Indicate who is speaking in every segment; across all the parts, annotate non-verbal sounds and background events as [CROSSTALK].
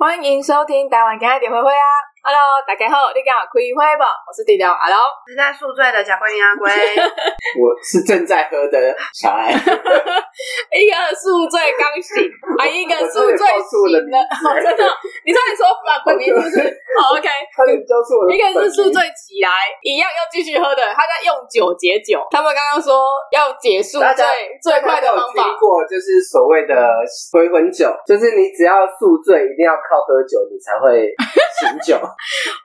Speaker 1: 欢迎收听台湾今日点灰灰啊！Hello，大家好，你敢有开会不？我是地龙阿 [LAUGHS] 龙。
Speaker 2: 是在宿醉的贾桂林阿
Speaker 1: [LAUGHS]
Speaker 2: 龟，
Speaker 3: 我是正在喝的小爱，
Speaker 1: 一个宿醉刚醒，啊，一个宿醉醒
Speaker 3: [LAUGHS]
Speaker 1: 了。哦，真的哦，你差点说把本名是不是？好，OK。
Speaker 3: 差点叫出我的
Speaker 1: 一个是宿
Speaker 3: 本名
Speaker 1: 醉起来，一样要继续喝的，他在用酒解酒。他们刚刚说要解宿
Speaker 3: 大
Speaker 1: 醉
Speaker 3: 家
Speaker 1: 最快的
Speaker 3: 大家都有
Speaker 1: 方法
Speaker 3: 听，过就是所谓的回魂酒，就是你只要宿醉，一定要靠喝酒，你才会醒酒。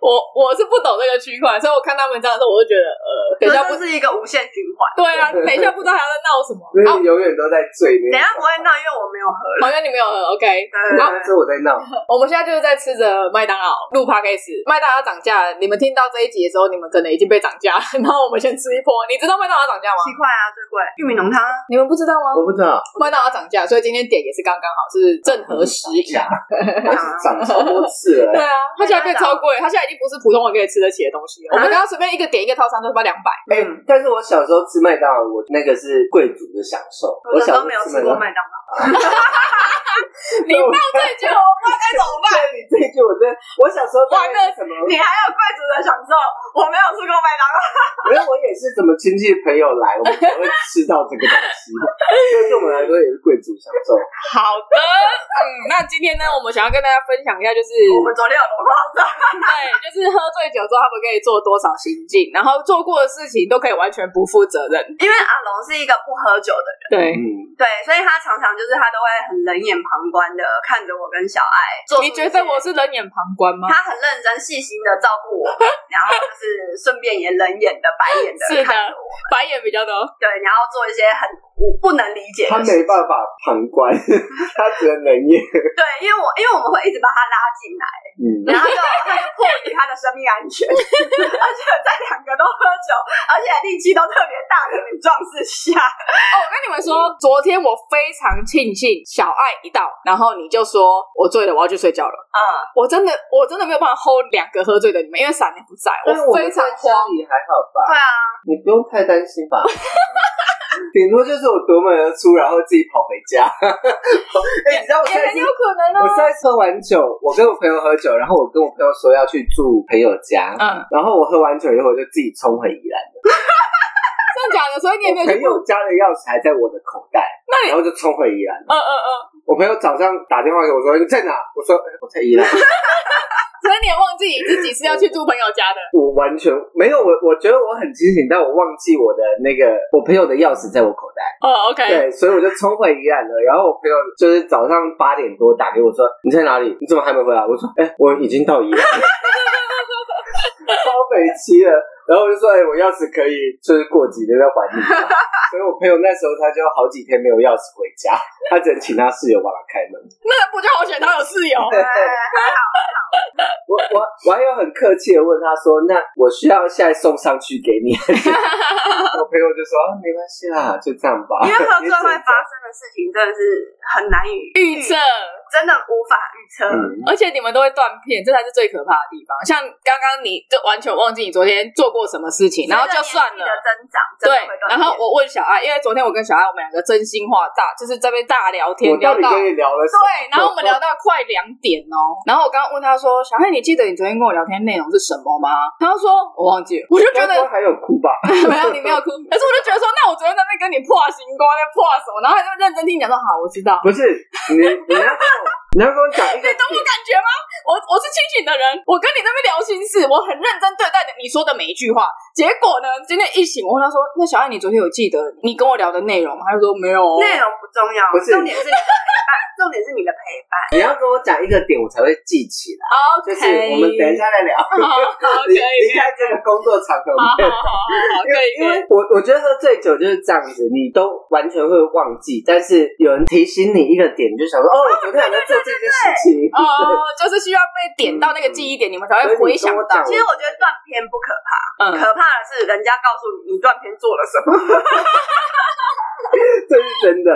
Speaker 1: 我我是不懂这个区块，所以我看他们这样说，我就觉得呃，等一下不
Speaker 3: [LAUGHS]
Speaker 2: 这是一个无限循环。
Speaker 1: 对啊，等一下不知道他在闹什么。
Speaker 3: 因
Speaker 1: 好
Speaker 3: 为，永远都在醉里
Speaker 2: 等
Speaker 3: 面。
Speaker 2: 一下不会闹，因为我没有喝了。
Speaker 1: 好像你没有喝，OK。
Speaker 2: 对
Speaker 1: 好
Speaker 2: 对对
Speaker 3: 这我在闹，
Speaker 1: 我们现在就是在吃着麦当劳录 podcast，麦当劳涨价了。你们听到这一集的时候，你们可能已经被涨价了。 [LAUGHS] 然后我们先吃一波。你知道麦当劳涨价
Speaker 2: 七
Speaker 1: 吗？
Speaker 2: 块啊，最贵玉米浓汤啊，
Speaker 1: 你们不知道吗？
Speaker 3: 我不知道，
Speaker 1: 麦当劳涨价，所以今天点也是刚刚好，是正合时宜。
Speaker 2: 嗯
Speaker 3: 假，我是长超多次
Speaker 1: [LAUGHS] 对
Speaker 3: 了。
Speaker 1: 啊，它现在变超贵，它现在已经不是普通人可以吃得起的东西了。我们刚刚随便一个点一个套餐都他妈两百，
Speaker 3: 哎、
Speaker 2: 嗯
Speaker 3: 但是我小时候吃麦当劳，我那个是贵族的享受。
Speaker 2: 我小时
Speaker 3: 小时候
Speaker 2: 候没有
Speaker 3: 吃
Speaker 2: 吃
Speaker 3: 麦当
Speaker 2: 过
Speaker 3: 劳，
Speaker 2: 麦当劳。
Speaker 1: 你放这句我 [LAUGHS] 不知道该怎么办。
Speaker 3: 对你这一句我真的，我小时候大概是什么？
Speaker 2: 你还有贵族的享受，我没有吃过麦当劳。
Speaker 3: [LAUGHS] 没有，我也是怎么亲戚朋友来，我们才会吃到这个东西。所以对我们来说也是贵族享 [LAUGHS] 受。
Speaker 1: 好的，嗯，那今天呢，我们想要跟大家分享一下，就是
Speaker 2: 我们昨天有龙套照，
Speaker 1: 对，就是喝醉酒之后，他们可以做多少行径，然后做过的事情都可以完全不负责任。
Speaker 2: 因为阿龙是一个不喝酒的人，
Speaker 1: 对，
Speaker 3: 嗯，
Speaker 2: 对，所以他常常就是他都会很冷眼旁观的看着我跟小爱做出一
Speaker 1: 你
Speaker 2: 些。
Speaker 1: 觉得我是冷眼旁观吗？
Speaker 2: 他很认真细心的照
Speaker 1: [LAUGHS]
Speaker 2: 顾我，然后就是顺便也冷眼的白眼的
Speaker 1: 是的
Speaker 2: 看着我，
Speaker 1: 白眼比较多，
Speaker 2: 对，然后做一些很我不能理解
Speaker 3: 他
Speaker 2: 的事
Speaker 3: 没
Speaker 2: 情。
Speaker 3: 办法旁观， [LAUGHS] 他只能冷眼。
Speaker 2: 对，因为我因为我们会一直把他拉进来，
Speaker 3: 嗯， [LAUGHS]
Speaker 2: 然后就他就迫于他的生命安全， [LAUGHS] 而且在两个都喝酒，而且力气都特别大的女壮士下，
Speaker 1: 哦，我跟你们说，昨天我非常庆幸小爱一到，然后你就说我醉了，我要去睡觉了。
Speaker 2: 嗯，
Speaker 1: 我真的，我真的没有办法 hold 两个喝醉的你们，因为闪灵不在，
Speaker 3: 但是
Speaker 1: 我非
Speaker 3: 们
Speaker 1: 常
Speaker 3: 在
Speaker 1: 慌。
Speaker 3: 家里还好吧？
Speaker 2: 对啊，
Speaker 3: 你不用太担 [LAUGHS] 心吧。顶多就是我夺门而出，然后自己跑回 [LAUGHS] 家。哎、你知道我
Speaker 1: 也
Speaker 3: 上一
Speaker 1: 很
Speaker 3: 次
Speaker 1: 有可能
Speaker 3: 我
Speaker 1: 哦。
Speaker 3: 上一次喝啊完酒，我跟我朋友喝酒，然后我跟我朋友说要去住朋友家，
Speaker 1: 嗯，
Speaker 3: 然后我喝完酒以后，我就自己冲回宜兰了。
Speaker 1: 真的假的？所以你也没有
Speaker 3: 我
Speaker 1: 去
Speaker 3: 朋
Speaker 1: 过？
Speaker 3: 友家的钥匙还在我的口袋，
Speaker 1: 那你
Speaker 3: 然后就冲回宜兰了。
Speaker 1: 嗯嗯嗯，
Speaker 3: 我朋友早上打电话给我说你在哪？我说哎我在宜兰。 [LAUGHS]
Speaker 1: 所以你也忘记你自己是要去住朋友家的。
Speaker 3: 我完全没有，我我觉得我很清醒，但我忘记我的那个我朋友的钥匙在我口袋，
Speaker 1: 哦，OK，
Speaker 3: 对，所以我就冲回宜兰了。然后我朋友就是早上八点多打给我说你在哪里？你怎么还没回来？我说哎、我已经到宜兰
Speaker 2: [LAUGHS]
Speaker 3: 了，超北齐了。然后我就说哎、我钥匙可以，就是过几天再还你吧。所以我朋友那时候他就好几天没有钥匙回家，他只能请他室友帮他
Speaker 2: [LAUGHS]
Speaker 3: 开门。
Speaker 1: 那不就好选他有室友？
Speaker 2: 对，
Speaker 3: 我我我还有很客气的问他说：“那我需要现在送上
Speaker 2: [LAUGHS]
Speaker 3: 去给你？”我朋友就说：“啊没关系啦，就这样吧。”
Speaker 2: 因为喝醉会发生的事情真的是很难以
Speaker 1: 预测，
Speaker 2: 真的无法预测。
Speaker 3: 嗯，
Speaker 1: 而且你们都会断片，这才是最可怕的地方。像刚刚你就完全忘记你昨天做过什么事情，然后就算
Speaker 2: 随
Speaker 1: 了
Speaker 2: 着年纪。的增长，真
Speaker 1: 对
Speaker 2: 的会，断
Speaker 1: 然后
Speaker 2: 片
Speaker 1: 我问小爱，因为昨天我跟小爱我们两个真心话大，就是这边大聊天
Speaker 3: 我
Speaker 1: 聊
Speaker 3: 到底
Speaker 1: 到。
Speaker 3: 跟你聊了什么？
Speaker 1: 对，然后我们聊到快两点哦，然后我刚刚问他说：“小爱，你记得你昨天跟我聊天内容是什么吗？”他就说：“我忘记了。”我就觉得
Speaker 3: 刚刚还有哭吧？
Speaker 1: [LAUGHS] 没有，你没有哭，可是我就觉得说，那我昨天在那边跟你破行光，在破什么？然后他就认真听你讲说：“好，我知道。”
Speaker 3: 不是你，你要跟我，你要跟我讲一个
Speaker 1: 你懂我感觉吗？我我是清醒的人，我跟你在那边聊心事，我很认真对待你说的每一句话。结果呢，今天一醒，我问他说：“那小爱，你昨天有记得你跟我聊的内容吗？”他就说：“没有哦。”
Speaker 2: 内容不重要，
Speaker 3: 不是
Speaker 2: 重点是你的陪伴，重点是你的陪伴。
Speaker 3: 你要跟我讲一个点，我才会记起来。
Speaker 1: OK，
Speaker 3: 就是我们等一下再聊。
Speaker 1: 好，好，可
Speaker 3: 离
Speaker 1: 以，
Speaker 3: 离开这个工作场合，
Speaker 1: 好
Speaker 3: 我
Speaker 1: 好
Speaker 3: 们
Speaker 1: 好好好，可以，
Speaker 3: 因为我我觉得喝醉酒就是这样子，你都完全会忘记，但是有人提醒你一个点，你就想说哦，我昨天好像做这件事情。
Speaker 1: 哦，就是需要被点到那个记忆点，你们才会回想到。
Speaker 2: 其实我觉得断片不可怕，
Speaker 1: 嗯，
Speaker 2: 可怕的是人家告诉你你断片做了什么。
Speaker 3: 这是真的。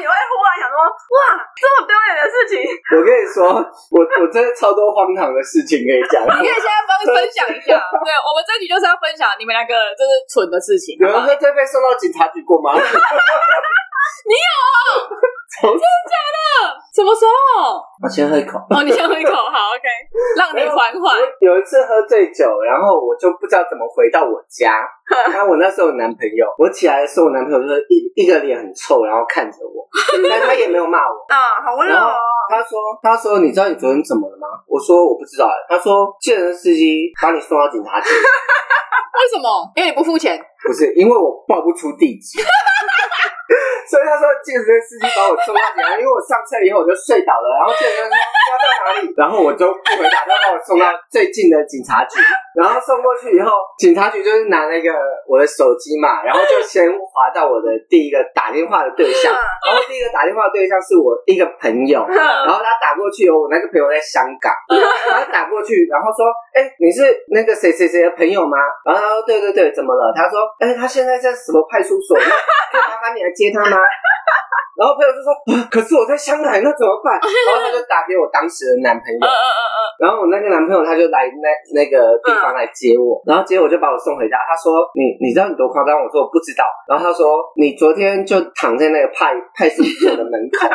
Speaker 2: 你会忽然想说，哇，这么丢脸的事情，
Speaker 3: 我跟你说，我我真的超多荒唐的事情可以讲。
Speaker 1: 你可以现在帮分享一下，对我们这集就是要分享你们两个就是蠢的事情，
Speaker 3: 有
Speaker 1: 好不好
Speaker 3: 人说这被送到警察局过吗？从此
Speaker 1: 嗯什么时候？
Speaker 3: 我先喝一口。
Speaker 1: 哦，你先喝一口，好，OK，让你缓缓。
Speaker 3: 我 [LAUGHS] 有一次喝醉酒，然后我就不知道怎么回到我家。然后我那时候有男朋友，我起来的时候，我男朋友就是一一个脸很臭，然后看着我，但他也没有骂我。
Speaker 2: 啊，好温柔哦，
Speaker 3: 他说：“他说你知道你昨天怎么了吗？”我说：“我不知道。”欸他说：“计程车司机把你送到警察局，
Speaker 1: 为什么？因为你不付钱。
Speaker 3: [LAUGHS] 不是因为我报不出地址。” [LAUGHS] 所以他说，计程车司机把我送到警察，因为我上车以后我就睡倒了，然后计程车说要到哪里， [LAUGHS] 然后我就不回答，他把我送到最近的警察局， [LAUGHS] 然后送过去以后，警察局就是拿那个我的手机嘛，然后就先划到我的第一个打电话的对象，然后第一个打电话的对象是我一个朋友，然后他打过去哦，我那个朋友在香港，
Speaker 1: 嗯
Speaker 3: [LAUGHS] 然后打过去，然后说，哎、你是那个谁谁谁的朋友吗？然后他说，对对对，怎么了？他说，哎、他现在在什么派
Speaker 1: [LAUGHS]
Speaker 3: 出所？那可以麻烦你来接他吗？然后朋友就说，啊可是我在香港，那怎么办？然后他就打给我当时的男朋友
Speaker 1: 嗯，嗯嗯嗯，
Speaker 3: 然后我那个男朋友他就来那那个地方来接我，然后结果就把我送回家。他说：“你你知道你多夸张？”我说：“我不知道。”然后他说：“你昨天就躺在那个派派出所的门口。”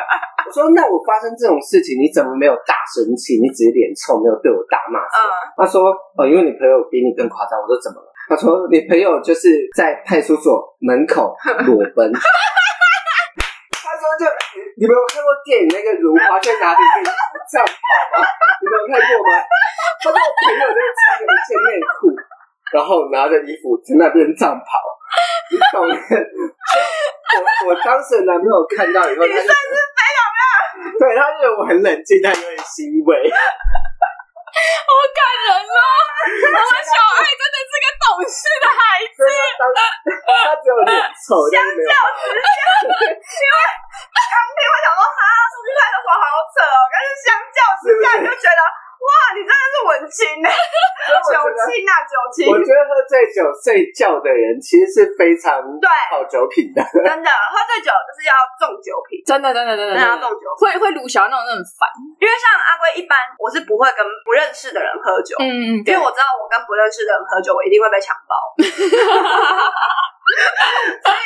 Speaker 3: 我说：“那我发生这种事情，你怎么没有大生气？你只是脸臭，没有对我大骂。”
Speaker 2: 嗯，
Speaker 3: 他说：“哦，因为你朋友比你更夸张。”我说：“怎么了？”他说：“你朋友就是在派出所门口裸奔。”他说：“就你你们有看过电影那个《如花在哪里》那个战袍吗？你们有看过吗？”他说：“我朋友就是穿着一件内裤，然后拿着衣服在那边战袍，你懂吗？” [LAUGHS] 我我当时的男朋友看到以后，他就觉得 [LAUGHS] 对他就觉得我很冷静，但有点欣慰。
Speaker 1: 好感人哦！我们小爱真的是个懂事的孩子，
Speaker 3: 所以他当他只有脸臭，但是没有。
Speaker 2: 我想说哈，出去派出所好扯哦，但是相较之下，你就觉得哇，你真的是文青欸呢，
Speaker 3: 所
Speaker 2: 九
Speaker 3: 以我觉得
Speaker 2: 七啊，九七，
Speaker 3: 我觉得喝醉酒睡觉的人其实是非常
Speaker 2: 对，
Speaker 3: 好酒品的。 [LAUGHS]
Speaker 2: 真的喝醉酒就是要重酒品，
Speaker 1: 真的真的真的
Speaker 2: 真的要重酒品。
Speaker 1: 会会鲁小那种真的很烦。
Speaker 2: 因为像阿龟一般，我是不会跟不认识的人喝酒，
Speaker 1: 嗯，
Speaker 2: 因为我知道我跟不认识的人喝酒，我一定会被强暴。所以，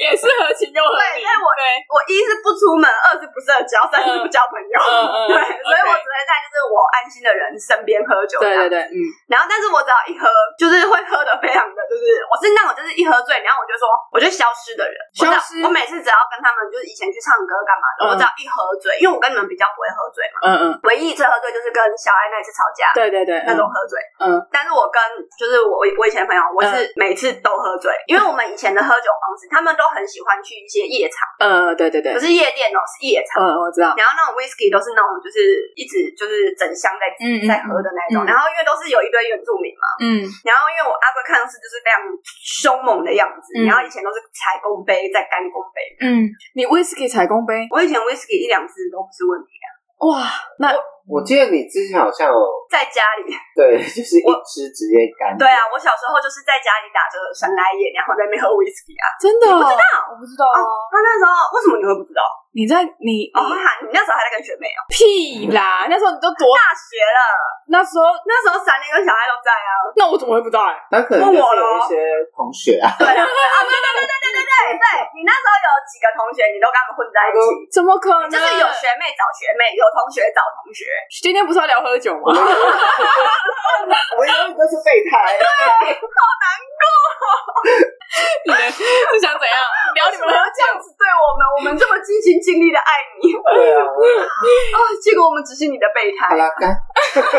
Speaker 1: 也是合情又合理。
Speaker 2: 对所以我
Speaker 1: 对
Speaker 2: 我一是不出门，二是不社交，三是不交朋友。
Speaker 1: 嗯嗯
Speaker 2: [LAUGHS] 对，
Speaker 1: 嗯
Speaker 2: 所以我
Speaker 1: OK
Speaker 2: 只会在就是我安心的人身边喝酒。
Speaker 1: 对对对，嗯，
Speaker 2: 然后，但是我只要一喝，就是会喝的非常的，就是我是那种就是一喝醉，然后我就说我就消失的人。我只
Speaker 1: 消
Speaker 2: 要
Speaker 1: 失
Speaker 2: 我每次只要跟他们就是以前去唱歌干嘛的，
Speaker 1: 嗯
Speaker 2: 我只要一喝醉，因为我跟你们比较不会喝醉嘛。
Speaker 1: 嗯嗯，
Speaker 2: 唯一一次喝醉就是跟小爱那一次吵架。
Speaker 1: 对对对，
Speaker 2: 那种喝醉，
Speaker 1: 嗯，嗯，
Speaker 2: 但是我跟就是我我以前的朋友，我是每次都喝醉，因为我们以前的喝酒方式，他们都很喜欢去一些夜场，
Speaker 1: 呃，对对对
Speaker 2: 不，是夜店哦，是夜场。
Speaker 1: 嗯，我知道，
Speaker 2: 然后那种 whisky 都是那种就是一直就是整箱在
Speaker 1: 嗯
Speaker 2: 在喝的那种，
Speaker 1: 嗯
Speaker 2: 然后因为都是有一堆原住民嘛，
Speaker 1: 嗯，
Speaker 2: 然后因为我阿哥看上去就是非常凶猛的样子，
Speaker 1: 嗯
Speaker 2: 然后以前都是柴公杯在干公杯，
Speaker 1: 嗯，你 whisky 采工杯，
Speaker 2: 我以前 whisky 一两支都不是问题，
Speaker 1: 哇，那
Speaker 3: 我记得你之前好像有
Speaker 2: 在家里，
Speaker 3: 对，就是一
Speaker 2: 我
Speaker 3: 支直接干。
Speaker 2: 对啊，我小时候就是在家里打着神来也，然后在那边喝 whisky 啊，
Speaker 1: 真的哦，
Speaker 2: 不知道
Speaker 1: 我不知道哦。
Speaker 2: 他那时候为什么你会不知道？
Speaker 1: 你在你
Speaker 2: 哦，哈，你那时候还在跟学妹哦，
Speaker 1: 屁啦，那时候你都多
Speaker 2: 大学了，
Speaker 1: 那时候，
Speaker 2: 那时候三年跟小孩都在啊，
Speaker 1: 那我怎么会不知道？哎，
Speaker 3: 他可能就是有一些同学
Speaker 2: [LAUGHS]
Speaker 3: 啊，
Speaker 2: 对啊，啊对对对对对对对对，你那时候有几个同学，你都跟他们混在一起。
Speaker 1: 怎么可能？
Speaker 2: 就是有学妹找学妹，有同学找同学，
Speaker 1: 今天不是要聊喝酒吗？
Speaker 3: 我有一个是备胎，
Speaker 1: 你的是想怎样？聊你们
Speaker 2: 不要
Speaker 1: 喝
Speaker 2: 这样子对我们，我们这么尽心尽力的爱你
Speaker 3: [LAUGHS] 对啊。
Speaker 2: [LAUGHS] 啊、结果我们只是你的备胎。
Speaker 3: 好啦，干
Speaker 1: 又又来烦不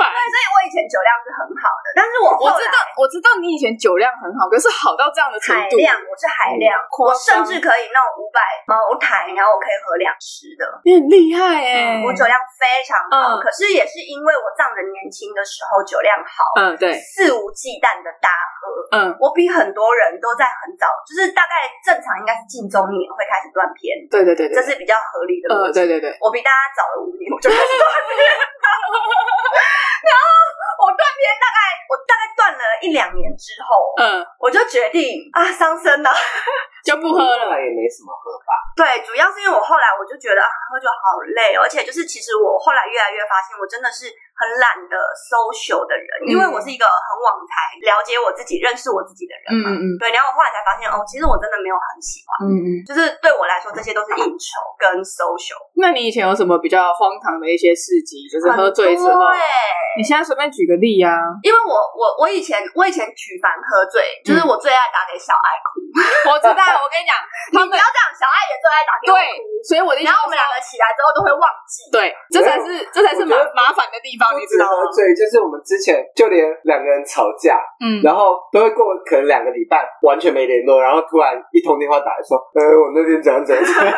Speaker 1: 烦？
Speaker 2: 所以我以前酒量是很好的，但是我后
Speaker 1: 我
Speaker 2: 来
Speaker 1: 知道，我知道你以前酒量很好，可是好到这样的程
Speaker 2: 海
Speaker 1: 度，
Speaker 2: 量，我是海量，我
Speaker 1: 夸
Speaker 2: 甚
Speaker 1: 张
Speaker 2: 至可以弄五百茅台，然后我可以喝两支的。
Speaker 1: 你很厉害哎、
Speaker 2: 嗯我酒量非常好，
Speaker 1: 嗯
Speaker 2: 可是也是因为我仗着年轻的时候酒量好，
Speaker 1: 嗯，对，
Speaker 2: 肆无忌惮的大喝。
Speaker 1: 嗯，
Speaker 2: 我比很多人都在很早，就是大概正常应该是近中年会开始断片，
Speaker 1: 对对对
Speaker 2: 这
Speaker 1: 对，
Speaker 2: 是比较合理的逻
Speaker 1: 呃，
Speaker 2: 辑。
Speaker 1: 对对对，
Speaker 2: 我比大家早了五年，我就开始断片了。然后我断片大概我大概断了一两年之后，
Speaker 1: 嗯，
Speaker 2: 我就决定啊伤身了。
Speaker 1: 就不喝
Speaker 3: 后
Speaker 1: 了，
Speaker 3: 来也没什么喝吧。
Speaker 2: 对，主要是因为我后来我就觉得、啊、喝酒好累哦，而且就是其实我后来越来越发现，我真的是很很懒得 social 的人，因为
Speaker 1: 嗯
Speaker 2: 我是一个很晚才了解我自己、认识我自己的人
Speaker 1: 嗯
Speaker 2: 嘛。
Speaker 1: 嗯
Speaker 2: 对，然后我后来才发现，哦，其实我真的没有很喜
Speaker 1: 嗯
Speaker 2: 欢，
Speaker 1: 嗯。
Speaker 2: 就是对我来说，这些都是应酬跟 social。
Speaker 1: 那你以前有什么比较荒唐的一些事迹？就是喝醉之后，
Speaker 2: 对，
Speaker 1: 你现在随便举个例啊！
Speaker 2: 因为我我我以前我以前举凡喝醉，就是我最爱打给小爱哭，
Speaker 1: 我知道，我跟你讲，他
Speaker 2: 你
Speaker 1: 们
Speaker 2: 不要这样，小爱也最爱打给我
Speaker 1: 对
Speaker 2: 哭。，
Speaker 1: 所以我的意思
Speaker 2: 然后我们两
Speaker 1: 是
Speaker 2: 个起来之后都会忘记。
Speaker 1: 对，这才是这才是麻
Speaker 3: 我觉得
Speaker 1: 麻烦的地方，哦
Speaker 3: 不
Speaker 1: 你知
Speaker 3: 止
Speaker 1: 道吗？
Speaker 3: 喝醉，就是我们之前就连两个人吵架，
Speaker 1: 嗯，
Speaker 3: 然后都会过可能两个礼拜完全没联络，然后突然一通电话打来说，呃，我那天怎样怎样，怎样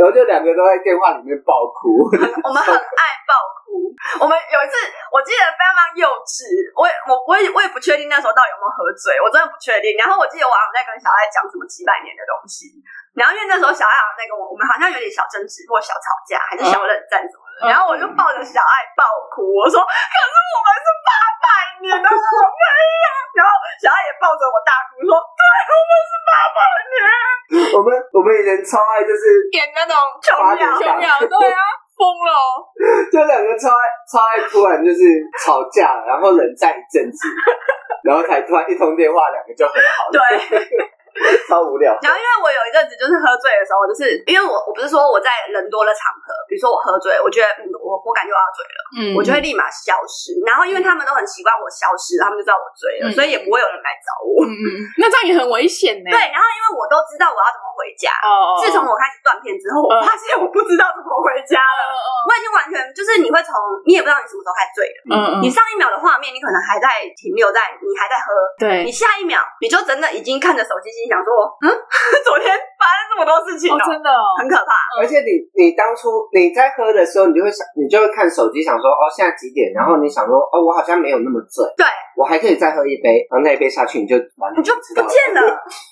Speaker 3: 然后就两个都在电话里面爆哭。
Speaker 2: 我们很爱爆哭。我们有一次，我记得非常非常幼稚，我也我我也我也不确定那时候到底有没有喝醉，我真的不确定。然后我记得我好像在跟小爱讲什么几百年的东西，然后因为那时候小爱好像在跟我，我们好像有点小争执或小吵架，还是小冷战什
Speaker 1: 嗯
Speaker 2: 么的。然后我就抱着小爱爆哭，我说：“可是我们是八百年的，我没有。”然后小爱也抱着我大哭说：“对，我们是八百年。
Speaker 3: 我们我们以前超爱就是
Speaker 1: 演那种
Speaker 2: 琼
Speaker 3: 八
Speaker 2: 瑶
Speaker 3: 点
Speaker 1: 琼瑶，对啊，疯了哦，
Speaker 3: 就两个超爱超爱突然就是吵架，然后冷战一阵子，然后才突然一通电话，两个就和好”了，
Speaker 2: 对。
Speaker 3: 超无聊。
Speaker 2: 然后因为我有一阵子就是喝醉的时候，我就是因为我我不是说我在人多的场合，比如说我喝醉，我觉得嗯我我感觉我要醉了，
Speaker 1: 嗯
Speaker 2: 我就会立马消失。然后因为他们都很习惯我消失，他们就知道我醉了，
Speaker 1: 嗯
Speaker 2: 所以也不会有人来找
Speaker 1: 嗯
Speaker 2: 我。
Speaker 1: 嗯，那这样也很危险呢。
Speaker 2: 对，然后因为我都知道我要怎么回家。
Speaker 1: 哦，哦，
Speaker 2: 自从我开始断片之后，我
Speaker 1: 嗯
Speaker 2: 发现我不知道怎么回家了。我已经完全就是你会从你也不知道你什么时候开始醉了，
Speaker 1: 嗯嗯
Speaker 2: 你，上一秒的画面你可能还在停留在你还在喝，
Speaker 1: 对，
Speaker 2: 你下一秒你就真的已经看着手机，心想说，嗯， [LAUGHS] 昨天发生这么多事情
Speaker 1: 哦
Speaker 2: 哦，
Speaker 1: 真的哦，
Speaker 2: 很可怕。
Speaker 3: 而且你你当初你在喝的时候，你就会想，你就会看手机，想说哦现在几点？然后你想说哦我好像没有那么醉，
Speaker 2: 对，
Speaker 3: 我还可以再喝一杯。然后那一杯下去，你就完
Speaker 2: 你
Speaker 3: 全
Speaker 2: 就
Speaker 3: 知道
Speaker 2: 不见了。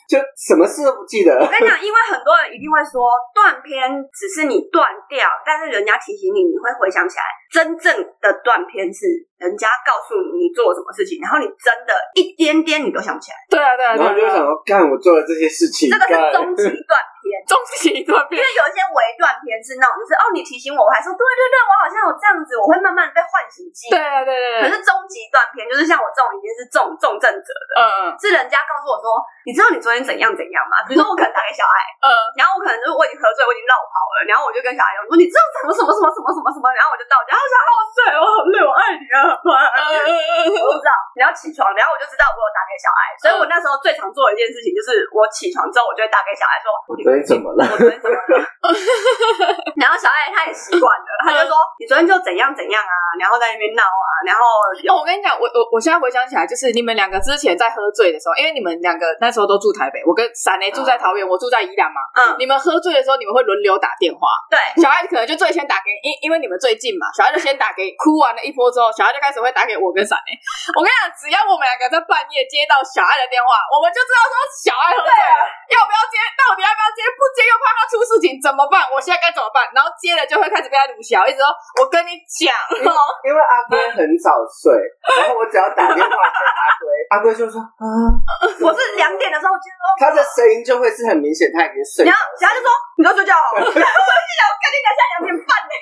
Speaker 3: 就什么事都不记得
Speaker 2: 我。跟你讲，因为很多人一定会说断片只是你断掉，但是人家提醒你，你会回想起来，真正的断片是人家告诉你你做了什么事情，然后你真的一点点你都想不起来，
Speaker 1: 对啊对啊，
Speaker 3: 然后你
Speaker 1: 对
Speaker 3: 就
Speaker 1: 啊
Speaker 3: 想，说，干我做了这些事情，
Speaker 2: 这个是
Speaker 3: 干
Speaker 2: 终极断片。
Speaker 1: 终极断片
Speaker 2: 因为，有一些微断片是那种，就是哦，你提醒我，我还说对对对，我好像有这样子，我会慢慢被唤醒记
Speaker 1: 对。
Speaker 2: 忆
Speaker 1: 啊对对对，
Speaker 2: 可是终极断片就是像我这种已经是重重症者的，
Speaker 1: 嗯嗯
Speaker 2: 是人家告诉我说，你知道你昨天怎样怎样吗？比如说我可能打给小爱，
Speaker 1: 嗯，
Speaker 2: 然后我可能就是我已经喝醉，我已经绕跑了，然后我就跟小孩讲说，你知道什么什么什么什么什么什么，然后我就到家，他说好醉，我好累，我爱你啊，妈
Speaker 1: 嗯嗯嗯
Speaker 2: 我不知道，然后起床，然后我就知道我有打给小爱，所以我那时候最常做的一件事情就是，我起床之后我就会打给小爱说，
Speaker 3: 我昨天怎么了？
Speaker 2: 我昨天怎么
Speaker 3: [LAUGHS]
Speaker 2: 了？然后小爱他也习惯了，他就说嗯你昨天就怎样怎样啊，然后在那边闹啊，然后有
Speaker 1: 哦，我跟你讲，我我我现在回想起来，就是你们两个之前在喝醉的时候，因为你们两个那时候都住台北，我跟闪雷住在桃园，我住在宜兰嘛。
Speaker 2: 嗯
Speaker 1: 你们喝醉的时候，你们会轮流打电话，
Speaker 2: 对。
Speaker 1: 小爱可能就最先打给，因因为你们最近嘛，小爱就先打给，哭完了一波之后，小爱就开始会打给我跟闪雷。我跟你讲，只要我们两个在半夜接到小爱的电话，我们就知道说小爱喝醉了，要不要接？到底要不要接？不接又怕他出事情怎么办？我现在该怎么办？然后接了就会开始被他鲁小，一直说我跟你 [LAUGHS] 讲哦，
Speaker 3: 因为阿龟很早睡，然后我只要打电话给阿龟，阿龟就说
Speaker 2: 哦
Speaker 3: 啊，
Speaker 2: 我是两点的时候，我就说，
Speaker 3: 他的声音就会是很明显，他已经睡
Speaker 2: 然。后小爱就说你都睡觉了，然后我 [LAUGHS] 就想我跟你讲，现在两点半呢、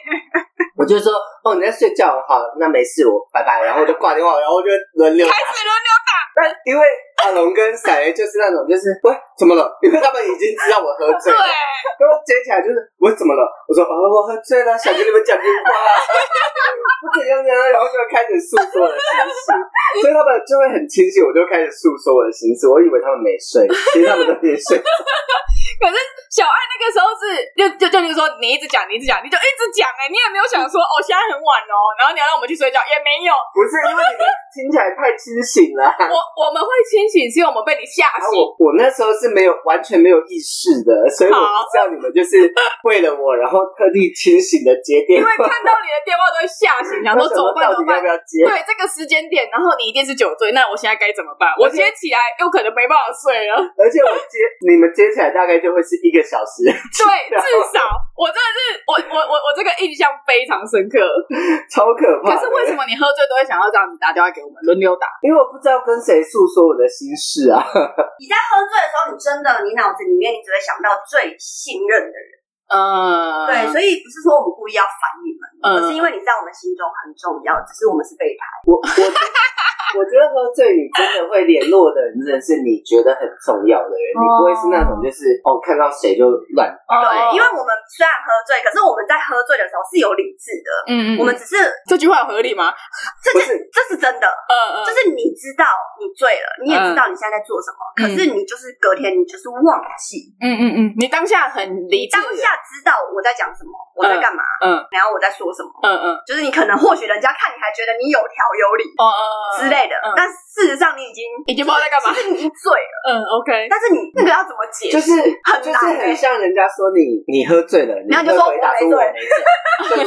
Speaker 3: 我就说哦你在睡觉，好，那没事，我拜拜。然后我就挂电话，然后我就轮流
Speaker 1: 开始轮流
Speaker 3: 但因为阿龙跟闪雷就是那种，就是喂怎么了？因为他们已经知道我喝醉
Speaker 1: 对
Speaker 3: 了，。然后接起来就是我怎么了？我说哦，我喝醉了，想跟你们讲句话， [LAUGHS] 我怎样怎样，然后就开始诉说我的心事，所以他们就会很清醒，我就开始诉说我的心事。我以为他们没睡，其实他们都没睡。
Speaker 1: 小爱那个时候是就就就是说你一直讲，你一直讲，你就一直讲哎、欸你也没有想说哦，现在很晚哦，然后你要让我们去睡觉也没有。
Speaker 3: 不是因为你们听起来太清醒了。
Speaker 1: [LAUGHS] 我我们会清醒，是因为我们被你吓
Speaker 3: 然后
Speaker 1: 醒。
Speaker 3: 我我那时候是没有完全没有意识的，所以我不知道你们就是为了我，然后特地清醒的接
Speaker 1: 因
Speaker 3: 电
Speaker 1: 为
Speaker 3: 话，
Speaker 1: 看到你的电话都会吓
Speaker 3: [LAUGHS]
Speaker 1: 醒，想说怎么办
Speaker 3: 到
Speaker 1: 怎
Speaker 3: 底
Speaker 1: 么办
Speaker 3: 要不？要接？
Speaker 1: 对这个时间点，然后你一定是酒醉，那我现在该怎么办？我
Speaker 3: 而
Speaker 1: 接
Speaker 3: 且
Speaker 1: 起来又可能没办法睡
Speaker 3: [LAUGHS]
Speaker 1: 了。
Speaker 3: 而且我接你们接起来大概就会是一个小时， [LAUGHS]
Speaker 1: 对，
Speaker 3: 啊
Speaker 1: 至少我真的是我我我我这个印象非常深
Speaker 3: [LAUGHS]
Speaker 1: 刻。
Speaker 3: 超可怕
Speaker 1: 可
Speaker 3: 的。
Speaker 1: 是为什么你喝醉都会想要这样子打电话给我们轮流打？
Speaker 3: 因为我不知道跟谁诉说我的心事啊。
Speaker 2: 你在喝醉的时候，你真的你脑子里面你只会想到最信任的人。
Speaker 1: 嗯嗯，
Speaker 2: 对，所以不是说我们故意要烦你们，
Speaker 1: 嗯
Speaker 2: 而是因为你在我们心中很重要，只是我们是备胎。
Speaker 3: 我我觉得我觉得喝醉你真的会联络的人，真的是你觉得很重要的人，你不会是那种就是哦看到谁就乱。
Speaker 1: 哦
Speaker 2: 对，因为我们虽然喝醉，可是我们在喝醉的时候是有理智的，
Speaker 1: 嗯嗯，
Speaker 2: 我们只是
Speaker 1: 这句话有合理吗？
Speaker 2: 这
Speaker 3: 不
Speaker 2: 是这是真的，
Speaker 1: 嗯嗯，
Speaker 2: 就是你知道你醉了，你也知道你现在在做什么，可是你就是隔天你就是忘记，
Speaker 1: 嗯嗯嗯，你当下很理
Speaker 2: 你
Speaker 1: 智
Speaker 2: 当
Speaker 1: 的，
Speaker 2: 下知道我在讲什么，我在干嘛，
Speaker 1: 嗯嗯
Speaker 2: 然后我在说什么，
Speaker 1: 嗯嗯
Speaker 2: 就是你可能或许人家看你还觉得你有条有理
Speaker 1: 哦哦
Speaker 2: 之，类的，
Speaker 1: 嗯
Speaker 2: 但事实上你已经
Speaker 1: 已经不知道在干嘛
Speaker 2: 其。实你已经醉了，
Speaker 1: 嗯，OK，
Speaker 2: 但是你那个要怎么解释？
Speaker 3: 就是
Speaker 2: 很
Speaker 3: 就是
Speaker 2: 难欸
Speaker 3: 很像人家说你你喝醉了，你
Speaker 2: 然后就
Speaker 3: 会
Speaker 2: 说
Speaker 3: 回答
Speaker 2: 我
Speaker 3: 说
Speaker 2: 没
Speaker 3: 我
Speaker 2: 醉
Speaker 3: 没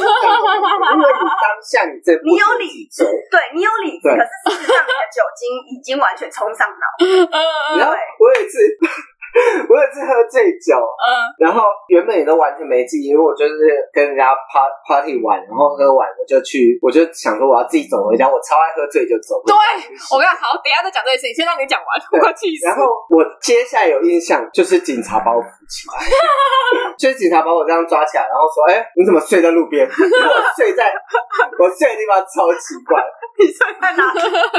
Speaker 3: 醉，就是这样的感觉因为你当下你这
Speaker 2: 你有理
Speaker 3: 智，
Speaker 2: 对你有理智，
Speaker 3: 对
Speaker 2: 可是事实上你的酒精已经完全冲上脑。
Speaker 1: 嗯嗯
Speaker 3: 然后我有一次 [LAUGHS] 我有一次喝醉酒，
Speaker 1: 嗯
Speaker 3: 然后原本也都完全没记忆，因为我就是跟人家 par- party 玩，然后喝完我就去，我就想说我要自己走回家，我超爱喝醉就走。
Speaker 1: 对，我跟你讲好，等一下再讲这件事情，先让你讲完，我
Speaker 3: 对
Speaker 1: 快气死。
Speaker 3: 然后我接下来有印象就是警察把我扶起来， [LAUGHS] 就是警察把我这样抓起来，然后说：“哎、你怎么睡在路边？”然后我睡在我睡的地方超奇怪，
Speaker 2: 你睡在哪？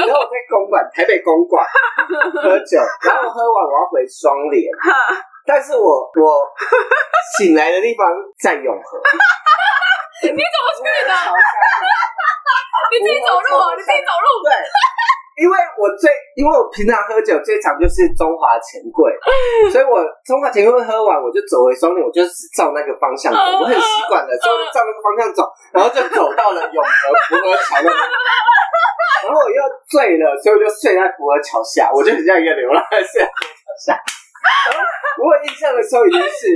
Speaker 3: 然后我在公馆，台北公馆喝酒，然后喝完我要回双连，但是我我醒来的地方在永和。你怎么去的？
Speaker 1: 你自己走路哦，你自己走路。
Speaker 3: 对， [LAUGHS] 因为我最，因为我平常喝酒最常就是中华钱 [LAUGHS] 柜，所以我中华钱柜喝完，我就走回双林，我就是照那个方向 [LAUGHS] 走，我很习惯了，所以我就照那个方向走，然后就走到了永和福和桥那边。然后我又醉了，所以我就睡在福和桥下，我就很像一个流浪汉睡在福和桥 [LAUGHS] 下。然后我有印象的时候已经是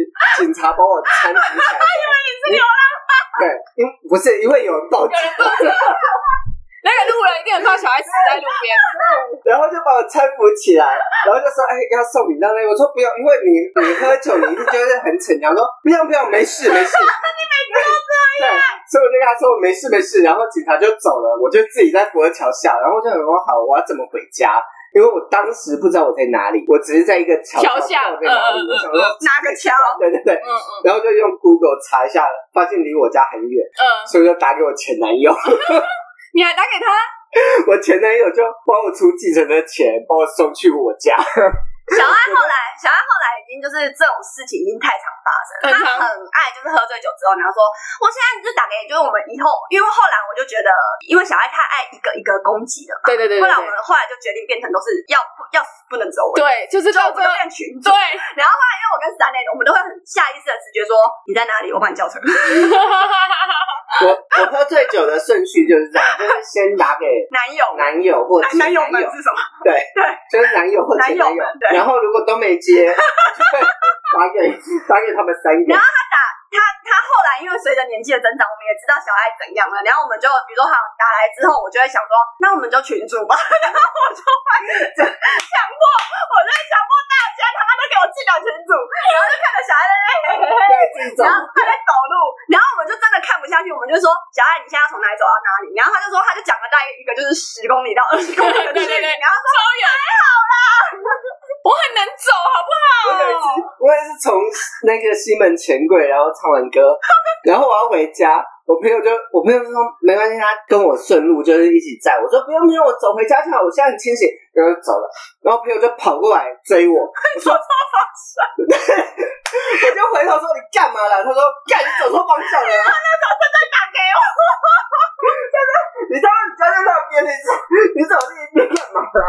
Speaker 3: 警察把我搀扶起来， [LAUGHS] 因为你是流浪汉。对，因不是因为有人报警，
Speaker 1: 那个路人一定很怕小孩死在路边。
Speaker 3: 然后就把我搀扶起来，然后就说：“哎、要送你到那里。”我说：“不用，因为你你喝酒，你一定就是很逞强，说不用不用，没事没事。”你每次都这样。对，所以我就跟他说：“我没事没事。”然后警察就走了，我就自己在佛桥下，然后我就想说：“好，我要怎么回家？”因为我当时不知道我在哪里，我只是在一个桥
Speaker 1: 桥下
Speaker 3: 对哪里？
Speaker 1: 嗯嗯
Speaker 3: 我想说，
Speaker 2: 哪个桥？
Speaker 3: 对对对，
Speaker 1: 嗯嗯
Speaker 3: 然后就用 Google 查一下，发现离我家很远，
Speaker 1: 嗯，
Speaker 3: 所以我就打给我前男友。
Speaker 1: 你还打给他？
Speaker 3: 我前男友就帮我出计程的钱，把我送去我家。
Speaker 2: 小爱后来，小爱后来已经就是这种事情已经太常发生了。
Speaker 1: 很
Speaker 2: 他
Speaker 1: 常
Speaker 2: 很爱就是喝醉酒之后，然后说我现在就打给，就是我们以后，因为后来我就觉得，因为小爱太爱一个一个攻击了嘛。
Speaker 1: 对对对
Speaker 2: 后
Speaker 1: 对
Speaker 2: 来我们后来就决定变成都是要不要死不能走我。，
Speaker 1: 对，就是
Speaker 2: 就
Speaker 1: 到
Speaker 2: 我们
Speaker 1: 这
Speaker 2: 就。变群组
Speaker 1: 对，， [LAUGHS]
Speaker 2: 因为我跟三内，我们都会很下意识的直觉说你在哪里，我帮你叫车。
Speaker 3: 我我喝醉酒的顺序就是这样，就是先打给
Speaker 2: [LAUGHS] 男友，
Speaker 3: 男友或前
Speaker 2: 男
Speaker 3: 友
Speaker 2: 友，们是什么？
Speaker 3: 对就是男友或
Speaker 2: 男
Speaker 3: 前男
Speaker 2: 友
Speaker 3: 友
Speaker 2: 们对，
Speaker 3: 然后如果都没接，就会打给打给他们三个
Speaker 2: 然。他他后来因为随着年纪的增长，我们也知道小爱怎样了，然后我们就比如说他打来之后，我就会想说，那我们就群主吧， [LAUGHS] 然后我就会强迫，我就会强迫大家他妈都给我进了群主，然后就看着小爱在那边嘿嘿嘿，
Speaker 3: 对，这
Speaker 2: 然后
Speaker 3: 种
Speaker 2: 他在走路，然后我们就真的看不下去，我们就说小爱你现在要从哪里走到哪里，然后他就说他就讲了大概一个就是十公里到二十公里的
Speaker 1: [LAUGHS]
Speaker 2: 距
Speaker 1: 对对
Speaker 2: 离，
Speaker 1: 对
Speaker 2: 然后说
Speaker 1: 我很能走，好
Speaker 3: [LAUGHS] 我有一
Speaker 1: 不
Speaker 3: 次
Speaker 1: 好？，
Speaker 3: 我也是从那个西门钱柜，然后唱完
Speaker 2: [LAUGHS]
Speaker 3: 歌，然后我要回家，我朋友就我朋友就说没关系，他跟我顺路就是一起载我，说不用不用，我走回家就好，我现在很清醒，然后就走了。然后朋友就跑过来追我，我说错 [LAUGHS] 方向，我就回头说你干嘛啦？他说干你走错方向
Speaker 2: [LAUGHS]
Speaker 3: 了啊。
Speaker 2: 打给我，
Speaker 3: 你 [LAUGHS] 他妈你家在那边，你怎你走另一边干嘛啦？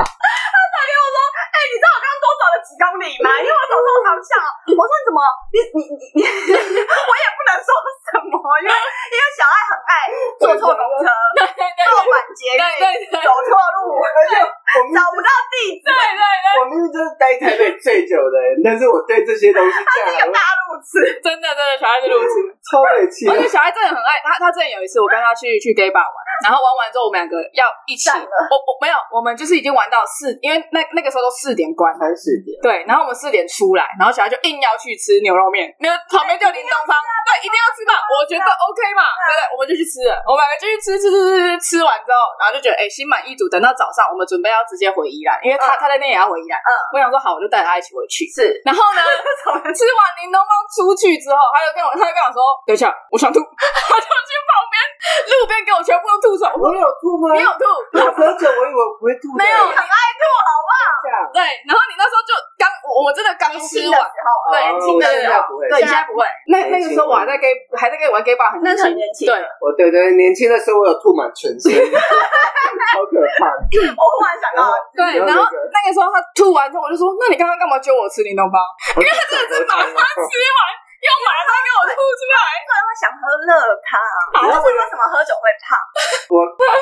Speaker 2: 哎、你知道我刚刚多走了几公里吗？因为我走错方向了。我说你怎么，你你你你， [LAUGHS] 我也不能说什么，因为因为小爱很爱坐错公车、
Speaker 1: [LAUGHS] 对对对
Speaker 2: 坐反捷运、
Speaker 1: 对对对
Speaker 2: 走错路，
Speaker 3: 而且我明
Speaker 2: 找不到地址，
Speaker 1: 对对，
Speaker 3: 我明明就是待台北最久的人，但是我对这些东西竟然还会
Speaker 2: 大路痴。
Speaker 1: 真的真的，小孩子路痴。
Speaker 3: 超北气的
Speaker 1: 而且小孩真的很爱他，他之前有一次我跟他去去 gay bar 玩，然后玩完之后，我们两个要一起，
Speaker 2: 散了
Speaker 1: 我我没有，我们就是已经玩到四，因为那那个时候都四点关，
Speaker 3: 三四点，
Speaker 1: 对，然后我们四点出来，然后小孩就硬要去吃牛肉面，那旁边就有林东方，对，一定要吃吧，我觉得 OK 嘛，对不对？我们就去吃了，我们两个就去吃吃吃吃吃，吃完之后，然后就觉得哎、心满意足。等到早上，我们准备要直接回宜兰，因为他、
Speaker 2: 嗯
Speaker 1: 他在那也要回宜兰，
Speaker 2: 嗯
Speaker 1: 我想说好，我就带着他一起回 [LAUGHS] 去。
Speaker 2: 是，
Speaker 1: 然后呢，吃完林东方出去之后，他就跟我他就跟我说，等一下，我想吐， [LAUGHS] 他就去旁边路边给我全部都吐出来，我
Speaker 3: 我有吐吗？
Speaker 1: 没有吐，
Speaker 3: 我喝酒，我以为我不会吐的。
Speaker 1: 没有，你
Speaker 3: 这样
Speaker 1: 对，然后你那时候就刚，我我真的刚吃
Speaker 2: 新的
Speaker 1: 完。
Speaker 2: 时候，
Speaker 1: 对
Speaker 3: 哦
Speaker 1: 亲
Speaker 3: 我
Speaker 1: 的
Speaker 3: 现在不会。
Speaker 1: 对，你现在不会。那那
Speaker 3: 年
Speaker 1: 个
Speaker 3: 轻
Speaker 1: 时候我还在 gay，还在 gay 玩 gay 吧，很年
Speaker 2: 那是很
Speaker 1: 轻。
Speaker 2: 年轻。
Speaker 1: 对，
Speaker 3: 我对对，年轻的时候我有吐满全 [LAUGHS] 身，好可怕。
Speaker 2: 我忽然想
Speaker 3: 哦然后
Speaker 1: 对，
Speaker 2: 到，
Speaker 1: 然后那个时候他吐完之后，我就说：“那你刚刚干嘛揪我吃林东方？
Speaker 3: 因为他真的是
Speaker 1: 把它吃完又马上给我吐出来。
Speaker 2: 突然会想喝热汤，
Speaker 1: 好
Speaker 2: 就是为什么喝酒会胖？
Speaker 3: 我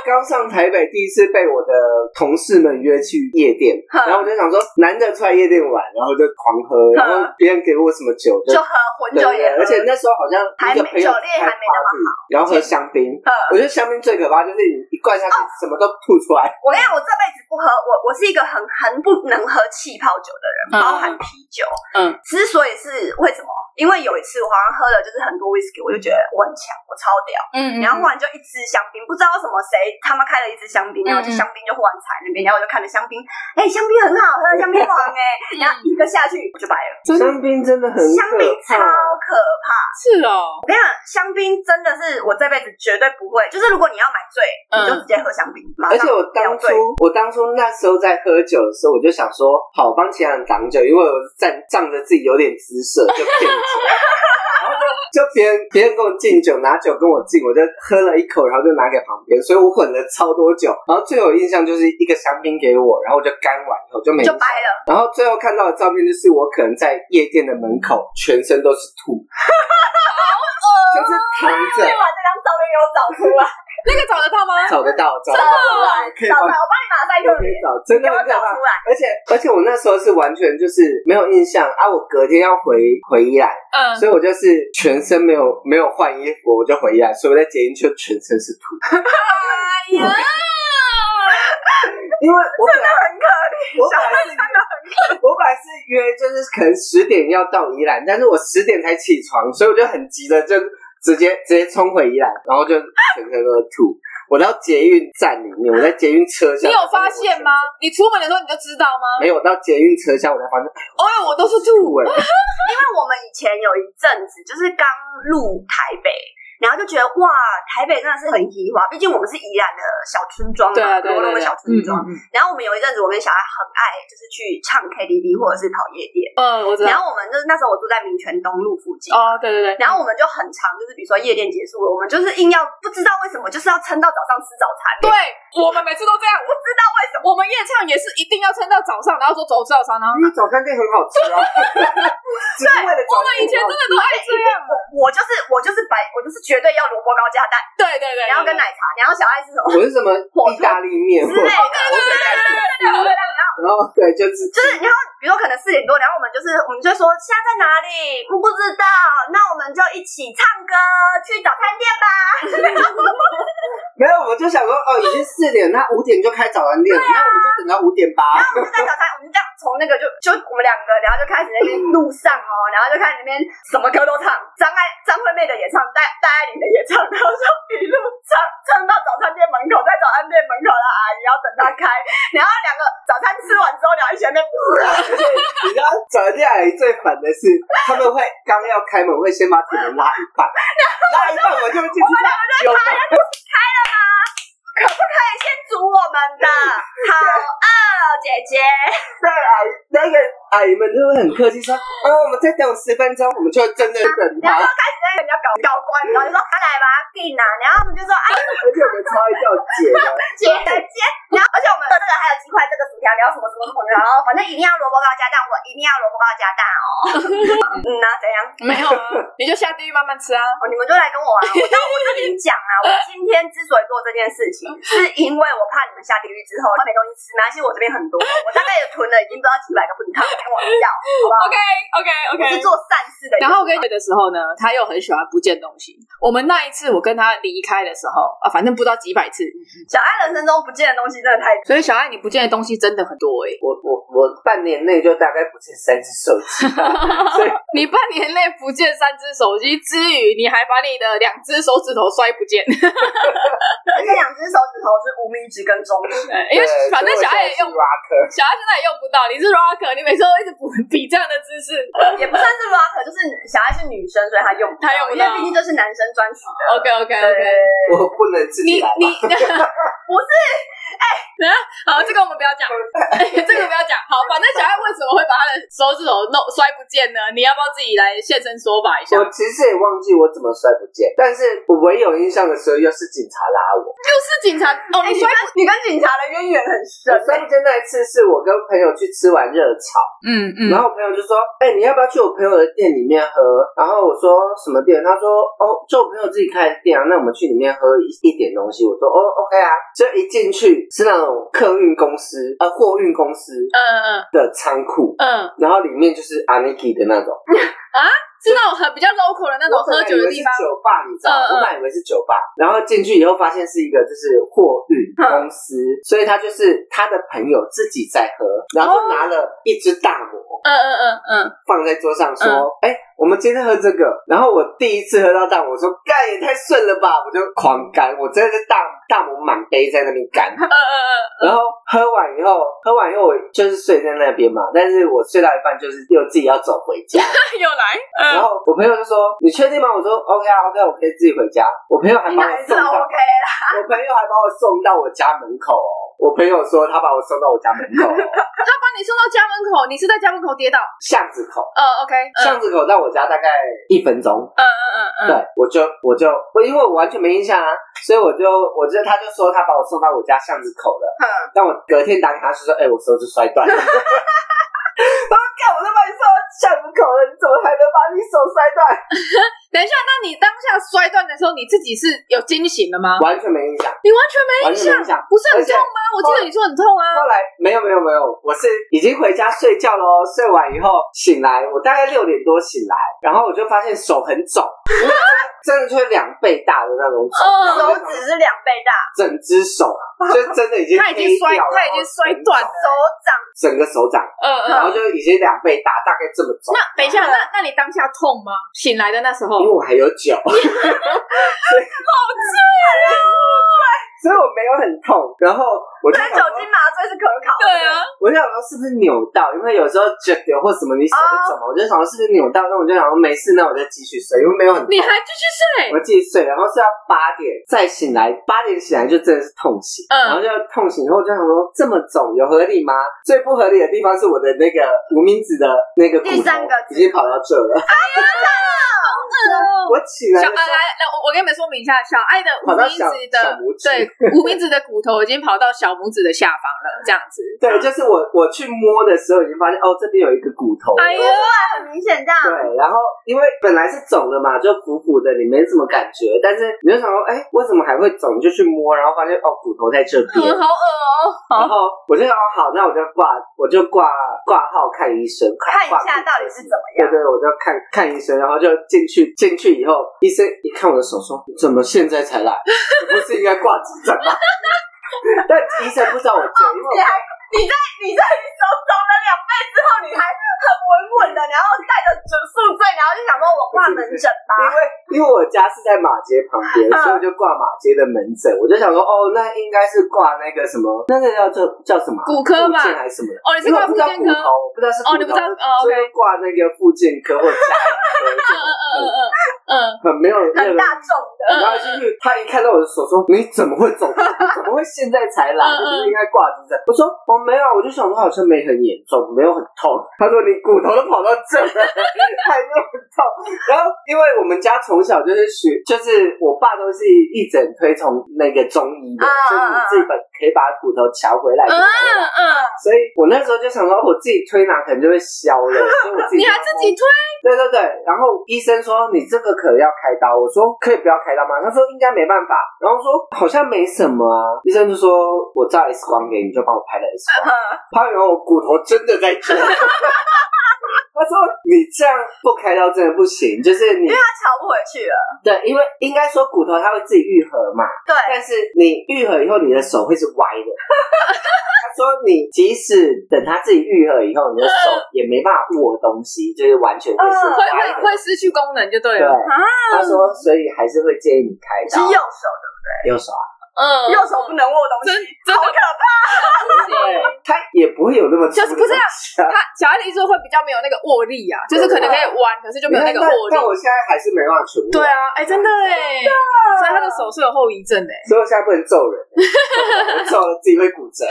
Speaker 3: 刚上台北，第一次被我的同事们约去夜店，
Speaker 2: 哼
Speaker 3: 然后我就想说，难得出来夜店玩，然后就狂喝，然后别人给我什么酒
Speaker 2: 就
Speaker 3: 就。
Speaker 2: 喝混
Speaker 3: 对
Speaker 2: 酒
Speaker 3: 对
Speaker 2: 也
Speaker 3: 对，
Speaker 2: 喝，
Speaker 3: 而且那时候好像一个朋
Speaker 2: 还没
Speaker 3: 友
Speaker 2: 酒量还没那么
Speaker 3: 好，然后喝香槟，
Speaker 2: 嗯哦
Speaker 3: 我觉得香槟最可怕就是你一灌下去什么都吐出来，
Speaker 2: 我跟你讲，我这辈子不喝，我我是一个很很不能喝气泡酒的人，
Speaker 1: 嗯
Speaker 2: 包含啤酒。
Speaker 1: 嗯，
Speaker 2: 之所以是为什么？因为有一次我好像喝了就是很多 whisky，我就觉得我很强，我超屌。”
Speaker 1: 嗯
Speaker 2: 然后忽然就一支香槟，不知道为什么谁他妈开了一支香槟，然后就
Speaker 1: 嗯嗯
Speaker 2: 香槟就忽然踩那边，然后我就看着香槟，哎、香槟很好喝，香槟
Speaker 3: [LAUGHS]
Speaker 2: 王哎、然后一个下去我就白了，
Speaker 1: 真的
Speaker 3: 香槟真的嗯很
Speaker 2: 香
Speaker 3: 可
Speaker 2: 槟超
Speaker 3: 怕。
Speaker 2: 可怕。
Speaker 1: 是哦
Speaker 2: 我，跟你讲，香槟真的是我这辈子绝对不会，就是如果你要买醉，你就直接喝香槟，马
Speaker 3: 嗯而
Speaker 2: 上
Speaker 3: 且我当
Speaker 2: 秒
Speaker 3: 初
Speaker 2: 醉。，
Speaker 3: 我当初那时候在喝酒的时候，我就想说，好我帮其他人挡酒，因为我仗仗着自己有点姿色就骗
Speaker 2: [LAUGHS]
Speaker 3: 酒，然后就就别人别人跟我敬酒，拿酒跟我敬，我就喝了一口，然后就拿给旁边，所以我混了超多酒。然后最有印象就是一个香槟给我，然后我就干完以后就没
Speaker 2: 就。掰了，
Speaker 3: 然后最后看到的照片就是我可能在夜店的门口，全身都是吐，就是躺
Speaker 2: 对，
Speaker 3: 着
Speaker 2: 把这张照片给我找出来，
Speaker 1: 那个找得到吗？
Speaker 3: 找得到，找
Speaker 2: 找
Speaker 3: 得到，
Speaker 2: 出来，
Speaker 3: 可以
Speaker 2: 找
Speaker 3: 帮
Speaker 2: 出来，我帮你马赛克
Speaker 3: 可以
Speaker 2: 你，
Speaker 3: 找，真
Speaker 2: 给
Speaker 3: 的
Speaker 2: 我
Speaker 3: 很可
Speaker 2: 找
Speaker 3: 怕
Speaker 2: 出。来。
Speaker 3: 而且而且我那时候是完全就是没有印象啊，我隔天要回回宜兰，
Speaker 1: 嗯，
Speaker 3: 所以我就是全身没有没有换衣服，我就回宜兰，所以我在捷运就全身是吐，
Speaker 1: 哎呀，
Speaker 3: 因为我本来
Speaker 2: 很可
Speaker 3: [LAUGHS] 我本来是我本来是约就是可能十点要到宜兰，但是我十点才起床，所以我就很急的就直接直接冲回宜兰，然后就全身都是吐。我到捷运站里面，我在捷运车
Speaker 1: 你
Speaker 3: 厢，
Speaker 1: 有发现吗？？你出门的时候你就知道吗？
Speaker 3: 没有，到捷运车厢我才发现，
Speaker 1: 哦，我都是吐
Speaker 3: 吐
Speaker 1: [LAUGHS]
Speaker 3: 哎、
Speaker 2: 因为我们以前有一阵子就是刚入台北，然后就觉得哇，台北真的是很移华，毕竟我们是宜兰的小村庄
Speaker 1: 对啊
Speaker 2: 嘛，
Speaker 1: 对啊对啊
Speaker 2: 罗龙的小村庄。
Speaker 1: 嗯
Speaker 2: 然后我们有一阵子，我跟小孩很爱就是去唱 KTV 或者是跑夜店。
Speaker 1: 嗯，我知
Speaker 2: 然
Speaker 1: 道。
Speaker 2: 后我们就是那时候我住在民权东路附近。
Speaker 1: 哦，对对对，
Speaker 2: 然后我们就很常，就是比如说夜店结束了，我们就是硬要不知道为什么，就是要撑到早上吃早餐。
Speaker 1: 对我们每次都这样，我知道为什么。我们夜唱也是一定要撑到早上，然后说走吃早餐呢。
Speaker 3: 因为早餐店很好吃
Speaker 1: [LAUGHS]
Speaker 3: 啊，只是为了
Speaker 1: 我
Speaker 3: 早餐
Speaker 1: 们以前真的都爱这样。
Speaker 2: 我就是我就是白，我就是绝对要萝卜糕加蛋，
Speaker 1: 对对对，
Speaker 2: 然后跟奶茶，然后小爱吃什么
Speaker 1: [LAUGHS]
Speaker 3: 我是什么意大利面，
Speaker 2: 之类的，我可以带你对对对，
Speaker 3: 然后对，就是
Speaker 2: 就是，然后比如说可能四点多，然后我们就是我们就说现在在哪里，不知道，那我们就一起唱歌去早餐店吧。
Speaker 3: 没有，我就想说哦，已经四点，那五点就开早餐店，
Speaker 1: 啊
Speaker 3: 那我们就等到五点吧。
Speaker 2: 然后我们就在早餐，我们就这样从那个就就我们两个，然后就开始在那边路上哦，然后就开始那边什么歌都唱，张爱张惠妹的也唱，戴戴爱玲的也唱，然后就一路唱唱到早餐店门口，在早餐店门口的阿姨要等她开，然后两个早餐吃完之后，两个一起在那边。 [LAUGHS]
Speaker 3: 你知道早餐店阿姨最烦的是，他们会刚要开门，会先把铁门拉一
Speaker 1: [LAUGHS]
Speaker 3: 半，拉一半我就会进去拉有吗
Speaker 2: 可不可以先煮我们的？好饿，姐姐。
Speaker 3: 对阿姨，那个阿姨们就会很客气说，嗯，我们再等十分钟，我们就真的等
Speaker 1: [LAUGHS]
Speaker 2: 然后
Speaker 3: 他，
Speaker 2: 开始在人家搞搞关，然后就说他来吧，进啊，然后我们就说啊，
Speaker 3: 而且我们超爱叫姐的，
Speaker 1: [LAUGHS]
Speaker 2: 姐姐，然后而且我们这个还有鸡块，这个薯条，然后什么什么什么，然后反正一定要萝卜糕加蛋，我一定要萝卜糕加蛋哦。嗯啊，怎样？
Speaker 1: 没有啊，你就下地狱慢慢吃啊。
Speaker 2: 哦，你们就来跟我玩，我当我跟你讲啊，我今天天之所以做这件事情，是因为我怕你们下地狱之后会没东西吃，没关系，我这边很多，我大概也囤了已经不知道几百个葡萄跟我要，好不好？
Speaker 1: OK OK
Speaker 2: 我是
Speaker 1: OK。
Speaker 2: 做善事的
Speaker 1: 然
Speaker 2: 人，
Speaker 1: 后我跟你的时候呢，他又很喜欢不见东西。我们那一次我跟他离开的时候啊，反正不知道几百次，
Speaker 2: 小爱人生中不见的东西真的太多。
Speaker 1: 所以小爱你不见的东西真的很多哎、
Speaker 3: 我我我半年内就大概不见三只手机，所以
Speaker 1: 你半年内不见三只手机之余，你还把你的两只手指头摔不见，
Speaker 2: 而且两只手指头是无名指跟中指，
Speaker 1: 因为哎反正小爱也用，
Speaker 3: rocker，
Speaker 1: [LAUGHS] 小爱现在也用不到。你是 rocker，你每次都一直比 [LAUGHS] 比这样的姿势。
Speaker 2: [LAUGHS] 也不算是 rock，就是小爱是女生，所以她用不到
Speaker 1: 她用不
Speaker 2: 因为
Speaker 1: 到
Speaker 2: 毕竟这是男生专属的。
Speaker 1: OK OK
Speaker 2: 对
Speaker 1: OK。
Speaker 3: 我不能自
Speaker 1: 你
Speaker 3: 己来吧
Speaker 1: 你 [LAUGHS] 不是哎、等一下，啊好，这个我们不要讲，
Speaker 3: 嗯
Speaker 1: [LAUGHS] 哎这个不要讲。好，反正小爱为什么会把他的手指头弄摔不见呢？你要不要自己来现身说法一下？
Speaker 3: 我其实也忘记我怎么摔不见，但是我唯有印象的时候，又是警察拉我。
Speaker 1: 就是警察哦，你
Speaker 2: 你
Speaker 1: 摔
Speaker 2: 跟你跟警察的渊源很深
Speaker 3: 我，摔不见那一次是我跟朋友去吃完热炒，
Speaker 1: 嗯嗯
Speaker 3: 然后我朋友就说：“哎、你要不要去我朋友的店里面喝？”然后我说：“什么店？”他说：“哦，就我朋友自己开的店啊，那我们去里面喝一一点东西。”我说：“哦，OK 啊。”就一进去是那种客运公司呃货运公司
Speaker 1: 嗯
Speaker 3: 的仓库。
Speaker 1: 嗯嗯，
Speaker 3: 然后里面就是阿尼基的那种，
Speaker 1: 是那种很比较 local 的那种
Speaker 3: 我本
Speaker 1: 喝
Speaker 3: 来
Speaker 1: 酒
Speaker 3: 以
Speaker 1: 的
Speaker 3: 为
Speaker 1: 地
Speaker 3: 是
Speaker 1: 方。
Speaker 3: 酒吧，你知
Speaker 1: 嗯
Speaker 3: 道，
Speaker 1: 嗯
Speaker 3: 我本来以为是酒吧，然后进去以后发现是一个就是货运
Speaker 1: 嗯
Speaker 3: 公司，所以他就是他的朋友自己在喝，然后就拿了一只大魔
Speaker 1: 嗯嗯嗯嗯，
Speaker 3: 放在桌上说：“哎、我们今天喝这个。”然后我第一次喝到大魔，我说：“干也太顺了吧！”我就狂干，我真的是大大魔满杯在那边干。
Speaker 1: 嗯嗯嗯，
Speaker 3: [LAUGHS]
Speaker 1: [LAUGHS]
Speaker 3: 然后喝完以后，喝完以后我就是睡在那边嘛，但是我睡到一半就是又自己要走回家，
Speaker 1: 嗯又来，嗯
Speaker 3: 然后我朋友就说：“你确定吗？”我说：“OK 啊，OK，我可以自己回家。”我朋友还
Speaker 2: 哪
Speaker 3: 把我
Speaker 2: 一次
Speaker 3: 送到，
Speaker 2: OK 啦？
Speaker 3: 我朋友还把我送到我家门口哦。我朋友说他把我送到我家门口哦、
Speaker 1: 他把你送到家门口，你是在家门口跌倒。
Speaker 3: 巷子口，
Speaker 1: 嗯 OK，嗯
Speaker 3: 巷子口到我家大概一分钟。
Speaker 1: 嗯嗯嗯
Speaker 3: 对
Speaker 1: 嗯，，
Speaker 3: 我就我就我因为我完全没印象啊，所以我就我就他就说他把我送到我家巷子口了。
Speaker 2: 嗯
Speaker 3: 但我隔天打给他是说：“哎、我手指摔断了。”
Speaker 2: 干，我都把你送到巷门口了，你怎么还能把你手摔断？
Speaker 1: 等一下，那你当下摔断的时候，你自己是有惊醒的吗？
Speaker 3: 完全没印象，
Speaker 1: 你完
Speaker 3: 完
Speaker 1: 全没
Speaker 3: 全
Speaker 1: 印
Speaker 3: 没印
Speaker 1: 象，
Speaker 3: 象。
Speaker 1: 不是很
Speaker 3: 而且
Speaker 1: 痛吗？我记得你说很痛啊。
Speaker 3: 后来没有没有没有，我是已经回家睡觉喽。睡完以后醒来，我大概六点多醒来，然后我就发现手很肿， [LAUGHS] 因为真的真的就是两倍大的那种肿，
Speaker 1: 嗯
Speaker 2: 手指是两倍大，
Speaker 3: 整只手就真的已
Speaker 1: [LAUGHS]
Speaker 3: 经
Speaker 1: 他已经哦摔，
Speaker 3: 黑掉
Speaker 1: 他已经摔断，了。
Speaker 2: 手掌
Speaker 3: 然后整个手掌，
Speaker 1: 嗯嗯。
Speaker 3: 然后就已经两倍大，大概这么肿。
Speaker 1: 那等一下，那那你当下痛吗？醒来的那时候
Speaker 3: 哦因为，我还有酒， [LAUGHS] 好醉啊所以我没有很痛。然后我就
Speaker 2: 那
Speaker 3: 想
Speaker 2: 酒
Speaker 3: 说
Speaker 2: 精麻醉是可考的。
Speaker 1: 对啊，
Speaker 3: 我就想说是不是扭到，因为有时候脚扭或什么你手会肿
Speaker 1: 哦
Speaker 3: 嘛，我就想说是不是扭到，那我就想说没事，那我再继续睡，因为没有很痛
Speaker 1: 你还继续睡
Speaker 3: 我。继续睡，然后睡到八点再醒来，八点醒来就真的是痛醒，
Speaker 1: 嗯
Speaker 3: 然后就痛醒以后我就想说这么肿有合理吗？最不合理的地方是我的那个无名指的那个骨头
Speaker 2: 第三个指
Speaker 3: 已经跑到这了，我起来
Speaker 1: 哦小
Speaker 3: 的
Speaker 1: 呃
Speaker 3: 时
Speaker 1: 来
Speaker 3: 候
Speaker 1: 来，我我跟你们说明一下，小爱的无
Speaker 3: 跑到
Speaker 1: 名
Speaker 3: 小
Speaker 1: 指的
Speaker 3: 小拇指 [LAUGHS]
Speaker 1: 对无名指的骨头已经跑到小拇指的下方了，这样
Speaker 3: [LAUGHS]
Speaker 1: 子。
Speaker 3: 对，就是我我去摸的时候已经发现哦这边有一个骨头，
Speaker 1: 哎呦，
Speaker 2: 很明显这样。
Speaker 3: 对，然后因为本来是肿的嘛，就鼓鼓的，你没什么感觉，但是你就想说，哎，为什么还会肿？你就去摸，然后发现哦，骨头在这边。
Speaker 1: 嗯好恶哦。好，
Speaker 3: 然后我就想哦，好，那我就挂，我就挂挂号看医生，
Speaker 2: 看一
Speaker 3: 挂
Speaker 2: 下
Speaker 3: 骨
Speaker 2: 到底
Speaker 3: 科
Speaker 2: 是怎么
Speaker 3: 对
Speaker 2: 样。
Speaker 3: 对，我就看看医生，然后就进去，进去以后，医生一看我的手说：“你怎么现在才来？不是应该挂急诊吗？” [LAUGHS] 但医生不知道我醉，因
Speaker 1: [LAUGHS]
Speaker 3: 为我
Speaker 1: 啊
Speaker 2: 你还你在你在你手肿了两倍之后，你还很稳稳的，然后带着酒宿醉，然后就想说我挂门诊
Speaker 3: 因
Speaker 2: 吧。
Speaker 3: 为因为我家是在马街旁边，
Speaker 1: 嗯
Speaker 3: 所以我就挂马街的门诊。我就想说，哦，那应该是挂那个什么，那个叫叫叫什么啊
Speaker 1: 骨科吧
Speaker 3: 附件还是什么的？
Speaker 1: 哦，你是
Speaker 3: 因为
Speaker 1: 挂
Speaker 3: 我不
Speaker 1: 附
Speaker 3: 知道
Speaker 1: 件
Speaker 3: 骨
Speaker 1: 科？
Speaker 3: 头，我不知道是
Speaker 1: 哦，
Speaker 3: 骨头
Speaker 1: 你不知道？哦
Speaker 3: 所
Speaker 1: ，OK
Speaker 3: 以。就挂那个附件科或者家医科
Speaker 1: [LAUGHS] 嗯
Speaker 3: 这种，
Speaker 1: 嗯嗯嗯嗯。
Speaker 3: 很 [LAUGHS] 没有那
Speaker 2: 很
Speaker 3: 个。
Speaker 2: 大众的，
Speaker 3: 然后就是他一看到我的手说：“你怎么会走？ [LAUGHS] 怎么会现在才来？
Speaker 1: 嗯嗯
Speaker 3: 你不是应该挂急诊？”我说：“我、没有，啊我就想说好像没很严重，没有很痛。”他说：“你骨头都跑到这了， [LAUGHS] 还没有很痛。”然后因为我们家从小就是学，就是我爸都是一整推崇那个中医的，
Speaker 2: 嗯嗯
Speaker 1: 啊
Speaker 3: 就是你自己本可可以把骨头瞧回来。
Speaker 1: 嗯嗯，
Speaker 3: [LAUGHS] 所以我那时候就想说，哦我自己推拿可能就会消了，所以我自
Speaker 1: 你
Speaker 3: 己
Speaker 1: 还自己推，
Speaker 3: 对对对，然后医生说你这个可能要开刀，我说可以不要开刀吗？他说应该没办法，然后说好像没什么啊。医生就说我照 X 光给你，就帮我拍了 X
Speaker 2: [LAUGHS]
Speaker 3: 光，拍完我骨头真的在这。 [LAUGHS] 他说你这样不开刀真的不行，就是你
Speaker 2: 因为他瞧不回去了。
Speaker 3: 对，因为应该说骨头它会自己愈合嘛，
Speaker 2: 对，
Speaker 3: 但是你愈合以后，你的手会是歪
Speaker 2: [LAUGHS]
Speaker 3: 的。他说你即使等它自己愈合以后，你的手也没办法握东西，就是完全会是
Speaker 2: 嗯
Speaker 1: 会
Speaker 3: 歪
Speaker 1: 会
Speaker 3: 的。
Speaker 1: 会失去功能就对
Speaker 3: 对，
Speaker 1: 了。啊
Speaker 3: 他
Speaker 1: 嗯
Speaker 3: 说，所以还是会建议你开
Speaker 2: 是
Speaker 3: 刀。
Speaker 2: 右手的，
Speaker 3: 右手啊，
Speaker 1: 嗯，
Speaker 2: 右手不能握东
Speaker 1: 真
Speaker 2: 西，
Speaker 1: 真
Speaker 2: 好
Speaker 1: 的
Speaker 2: 可怕。
Speaker 1: 不行。
Speaker 3: 他也不会有那么
Speaker 1: 就
Speaker 3: 粗
Speaker 1: 是不
Speaker 3: [LAUGHS]
Speaker 1: 是啊
Speaker 3: 的东西啊
Speaker 1: 他小孩的意思会比较没有那个握力啊，就是可能可以弯，可是就没有那个
Speaker 3: 但
Speaker 1: 握
Speaker 3: 但
Speaker 1: 力。
Speaker 3: 我现在还是没办法全握
Speaker 1: 对，啊，哎、真的哎，所以他的手是有后遗症的欸。
Speaker 3: 所以我现在不能
Speaker 1: [LAUGHS]
Speaker 3: 揍人，我揍了自己会骨折，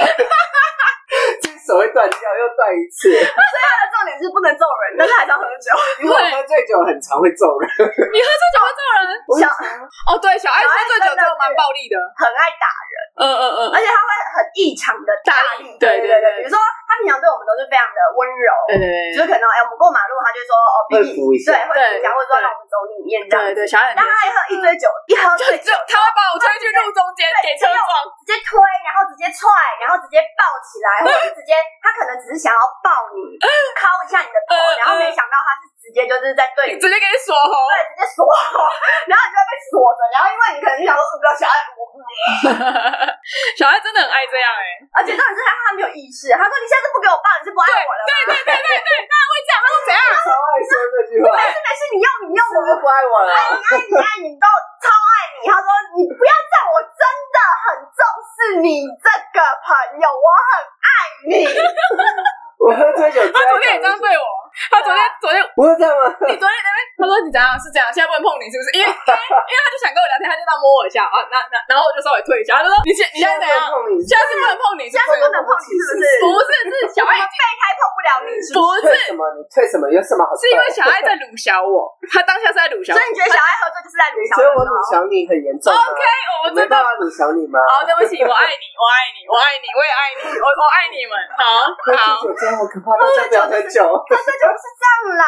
Speaker 3: 这手会断掉，又断一次。
Speaker 2: 他的重点是不能揍
Speaker 1: 嗯
Speaker 2: 人，但是还是要喝酒。
Speaker 3: 因为我喝醉酒很常会揍人，
Speaker 1: 你喝醉酒会揍人？
Speaker 2: 小
Speaker 1: 哦，对，小爱喝醉酒之后蛮暴力的。
Speaker 2: 很爱打，
Speaker 1: 嗯嗯嗯，
Speaker 2: 而且他会很异常的
Speaker 1: 大力
Speaker 2: 力。
Speaker 1: 对
Speaker 2: 对
Speaker 1: 对对
Speaker 2: 对，比如说他平常对我们都是非常的温柔，
Speaker 1: 对对
Speaker 2: 就是
Speaker 1: 对
Speaker 2: 可能哎，我们过马路，他就说哦，
Speaker 3: 会
Speaker 2: 比你
Speaker 3: 扶一下
Speaker 2: 对，会扶一下，
Speaker 1: 对
Speaker 2: 或者说让我们走里面这样
Speaker 1: 对对，
Speaker 2: 子。
Speaker 1: 小爱很
Speaker 2: 但他一喝一醉酒，一喝
Speaker 1: 就
Speaker 2: 醉
Speaker 1: 就
Speaker 2: 酒
Speaker 1: 他会把我推去路中间给车撞，
Speaker 2: 直接推，然后直接踹，然后直接抱起
Speaker 1: 嗯
Speaker 2: 来，或者是直接他可能只是想要抱你，敲一下你的
Speaker 1: 嗯
Speaker 2: 头，然后没想到他是直接就是在对你
Speaker 1: 直接给你锁喉。
Speaker 2: 对直接锁喉，然后你就会被锁着，然后因为你可能想说嗯不要小孩，我不
Speaker 1: 小爱真的很爱这样哎、
Speaker 2: 而且重点是他他没有意识，他说你现在是不给我抱，你是不爱我了吗？
Speaker 1: 对对对对对，那会这样，那是怎样？
Speaker 3: 超爱说这句话
Speaker 2: 没，事没事，你要你用
Speaker 3: 是
Speaker 2: 我
Speaker 3: 不，是不爱我了？
Speaker 2: 爱你爱你爱你都超爱你。他说你不要这样，我真的很重视你这个朋友，我很爱你。
Speaker 3: 我喝醉酒最爱讲的
Speaker 1: 他
Speaker 3: 是，
Speaker 1: 昨天也这样对我，他昨天昨天
Speaker 3: 不是这样吗？
Speaker 1: 你昨天那边，他说你怎样是这样，现在不能碰你是不是？因为因为因为他就想跟我聊天，他就这样摸我一下啊，那那然后我就稍微退一下，他就说你现你现在怎
Speaker 3: 不能
Speaker 1: 样？
Speaker 3: 碰你，
Speaker 1: 现在是不能碰你，是
Speaker 2: 下
Speaker 1: 不
Speaker 2: 次
Speaker 1: 是
Speaker 2: 不能碰你，是不是？
Speaker 1: 不是是小爱已经
Speaker 2: 备胎碰不了你，是
Speaker 1: 不
Speaker 2: 不是？
Speaker 1: 是
Speaker 3: 退什么？你退什么？有什么好退？
Speaker 1: 是因为小爱在鲁小我，他当下是在鲁小我
Speaker 2: 所以。你觉得小爱喝醉就是在鲁
Speaker 3: 你
Speaker 2: 小
Speaker 3: 觉得我
Speaker 2: 人
Speaker 3: 鲁
Speaker 2: 哦？
Speaker 3: 小你很严重吗
Speaker 1: OK，我
Speaker 3: 我
Speaker 1: 知
Speaker 3: 没办
Speaker 1: 道。
Speaker 3: 法鲁小你吗？
Speaker 1: 好，对不起，我爱你，我爱你，我爱你，我也爱你，我我爱你们。
Speaker 3: 喝
Speaker 1: 好，好，
Speaker 3: 醉酒真的好可怕，大家不要喝酒。
Speaker 2: 喝醉酒就是这样啦，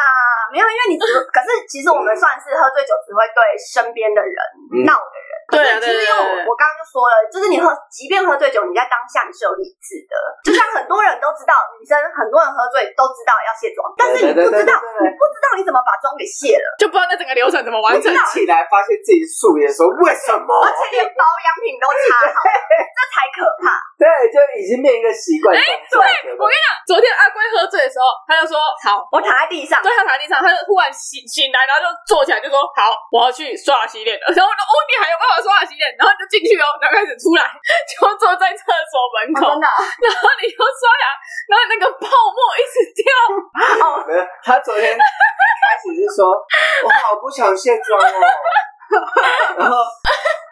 Speaker 2: 没有，因为你只可是其实我们算是喝醉酒只会对身边的人
Speaker 3: 嗯
Speaker 2: 闹的人。
Speaker 1: 对啊对
Speaker 2: 可是其实因为
Speaker 1: 对对
Speaker 2: 我我刚刚就说了，就是你喝，即便喝醉酒，你在当下你是有理智的。就像很多人都知道，女生很多人喝醉都知道要卸妆，但是你
Speaker 3: 对对
Speaker 2: 不
Speaker 3: 对
Speaker 2: 知道，
Speaker 3: 对对对
Speaker 2: 你不知道你怎么把妆给卸了，
Speaker 1: 就不知道那整个流程怎么
Speaker 3: 我
Speaker 1: 完
Speaker 3: 就
Speaker 1: 成。
Speaker 3: 起来发现自己素颜的时候，为什么？
Speaker 2: 而且连保养品都擦
Speaker 1: [LAUGHS]
Speaker 2: 好，这才可怕。
Speaker 3: 对，就已经变一个习惯动作。对
Speaker 1: 我跟你讲，昨天阿龟喝醉的时候，他就说好。
Speaker 2: 我躺在
Speaker 1: [LAUGHS]
Speaker 2: 地上，
Speaker 1: 对他躺在地上，他就忽然醒醒来，然后就坐起来就说：“好，我要去刷牙洗脸了。”然后我说：“哦，你还有办法刷牙洗脸？”然后就进去哦，然后开始出来， [LAUGHS] 就坐在厕所门
Speaker 2: 哦
Speaker 1: 口，
Speaker 2: 真的
Speaker 1: 然后你就刷牙，然后那个泡沫一直掉，
Speaker 2: 哦，
Speaker 3: 没有，他昨天一开始是说，我好不想卸妆哦，然后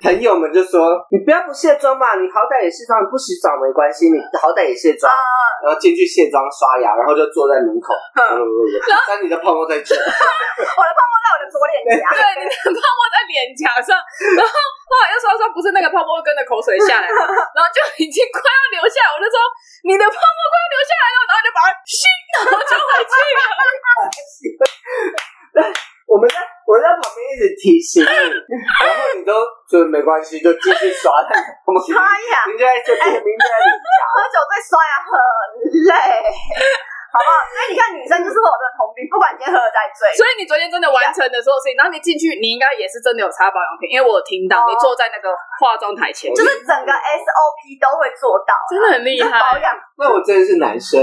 Speaker 3: 朋友们就说，你不要不卸妆嘛，你好歹也卸妆，你不洗澡没关系，你好歹也
Speaker 2: 啊
Speaker 3: 卸妆，然后进去卸妆刷牙，然后就坐在门口，嗯但你的泡沫在这，
Speaker 2: 我的泡沫在我的左脸颊，
Speaker 1: 对，你的泡沫在脸颊上，然后后来又说说不是那个泡沫会跟着口水下来吗，然后就已经快要流下来，我就说你的泡沫快要流下来了，然后就把它吸，然后就回去了。
Speaker 3: 我们在我在旁边一直提醒你，然后你都觉得没关系，就继续刷，但我们
Speaker 2: 刷牙，
Speaker 3: 人家在这边，人家在这边
Speaker 2: 哎喝酒对刷牙很累。好不好？所以你看，女生就是会有这个通病，不管你今天喝的再醉，
Speaker 1: 所以你昨天真的完成的所有事情，然后你进去，你应该也是真的有擦保养品，因为我有听到
Speaker 2: 哦
Speaker 1: 你坐在那个化妆台前，
Speaker 2: 就是整个 SOP 都会做到啊，
Speaker 1: 真的很厉
Speaker 2: 就保
Speaker 1: 害。
Speaker 2: 养
Speaker 3: 那我真的是男
Speaker 2: 对
Speaker 3: 生，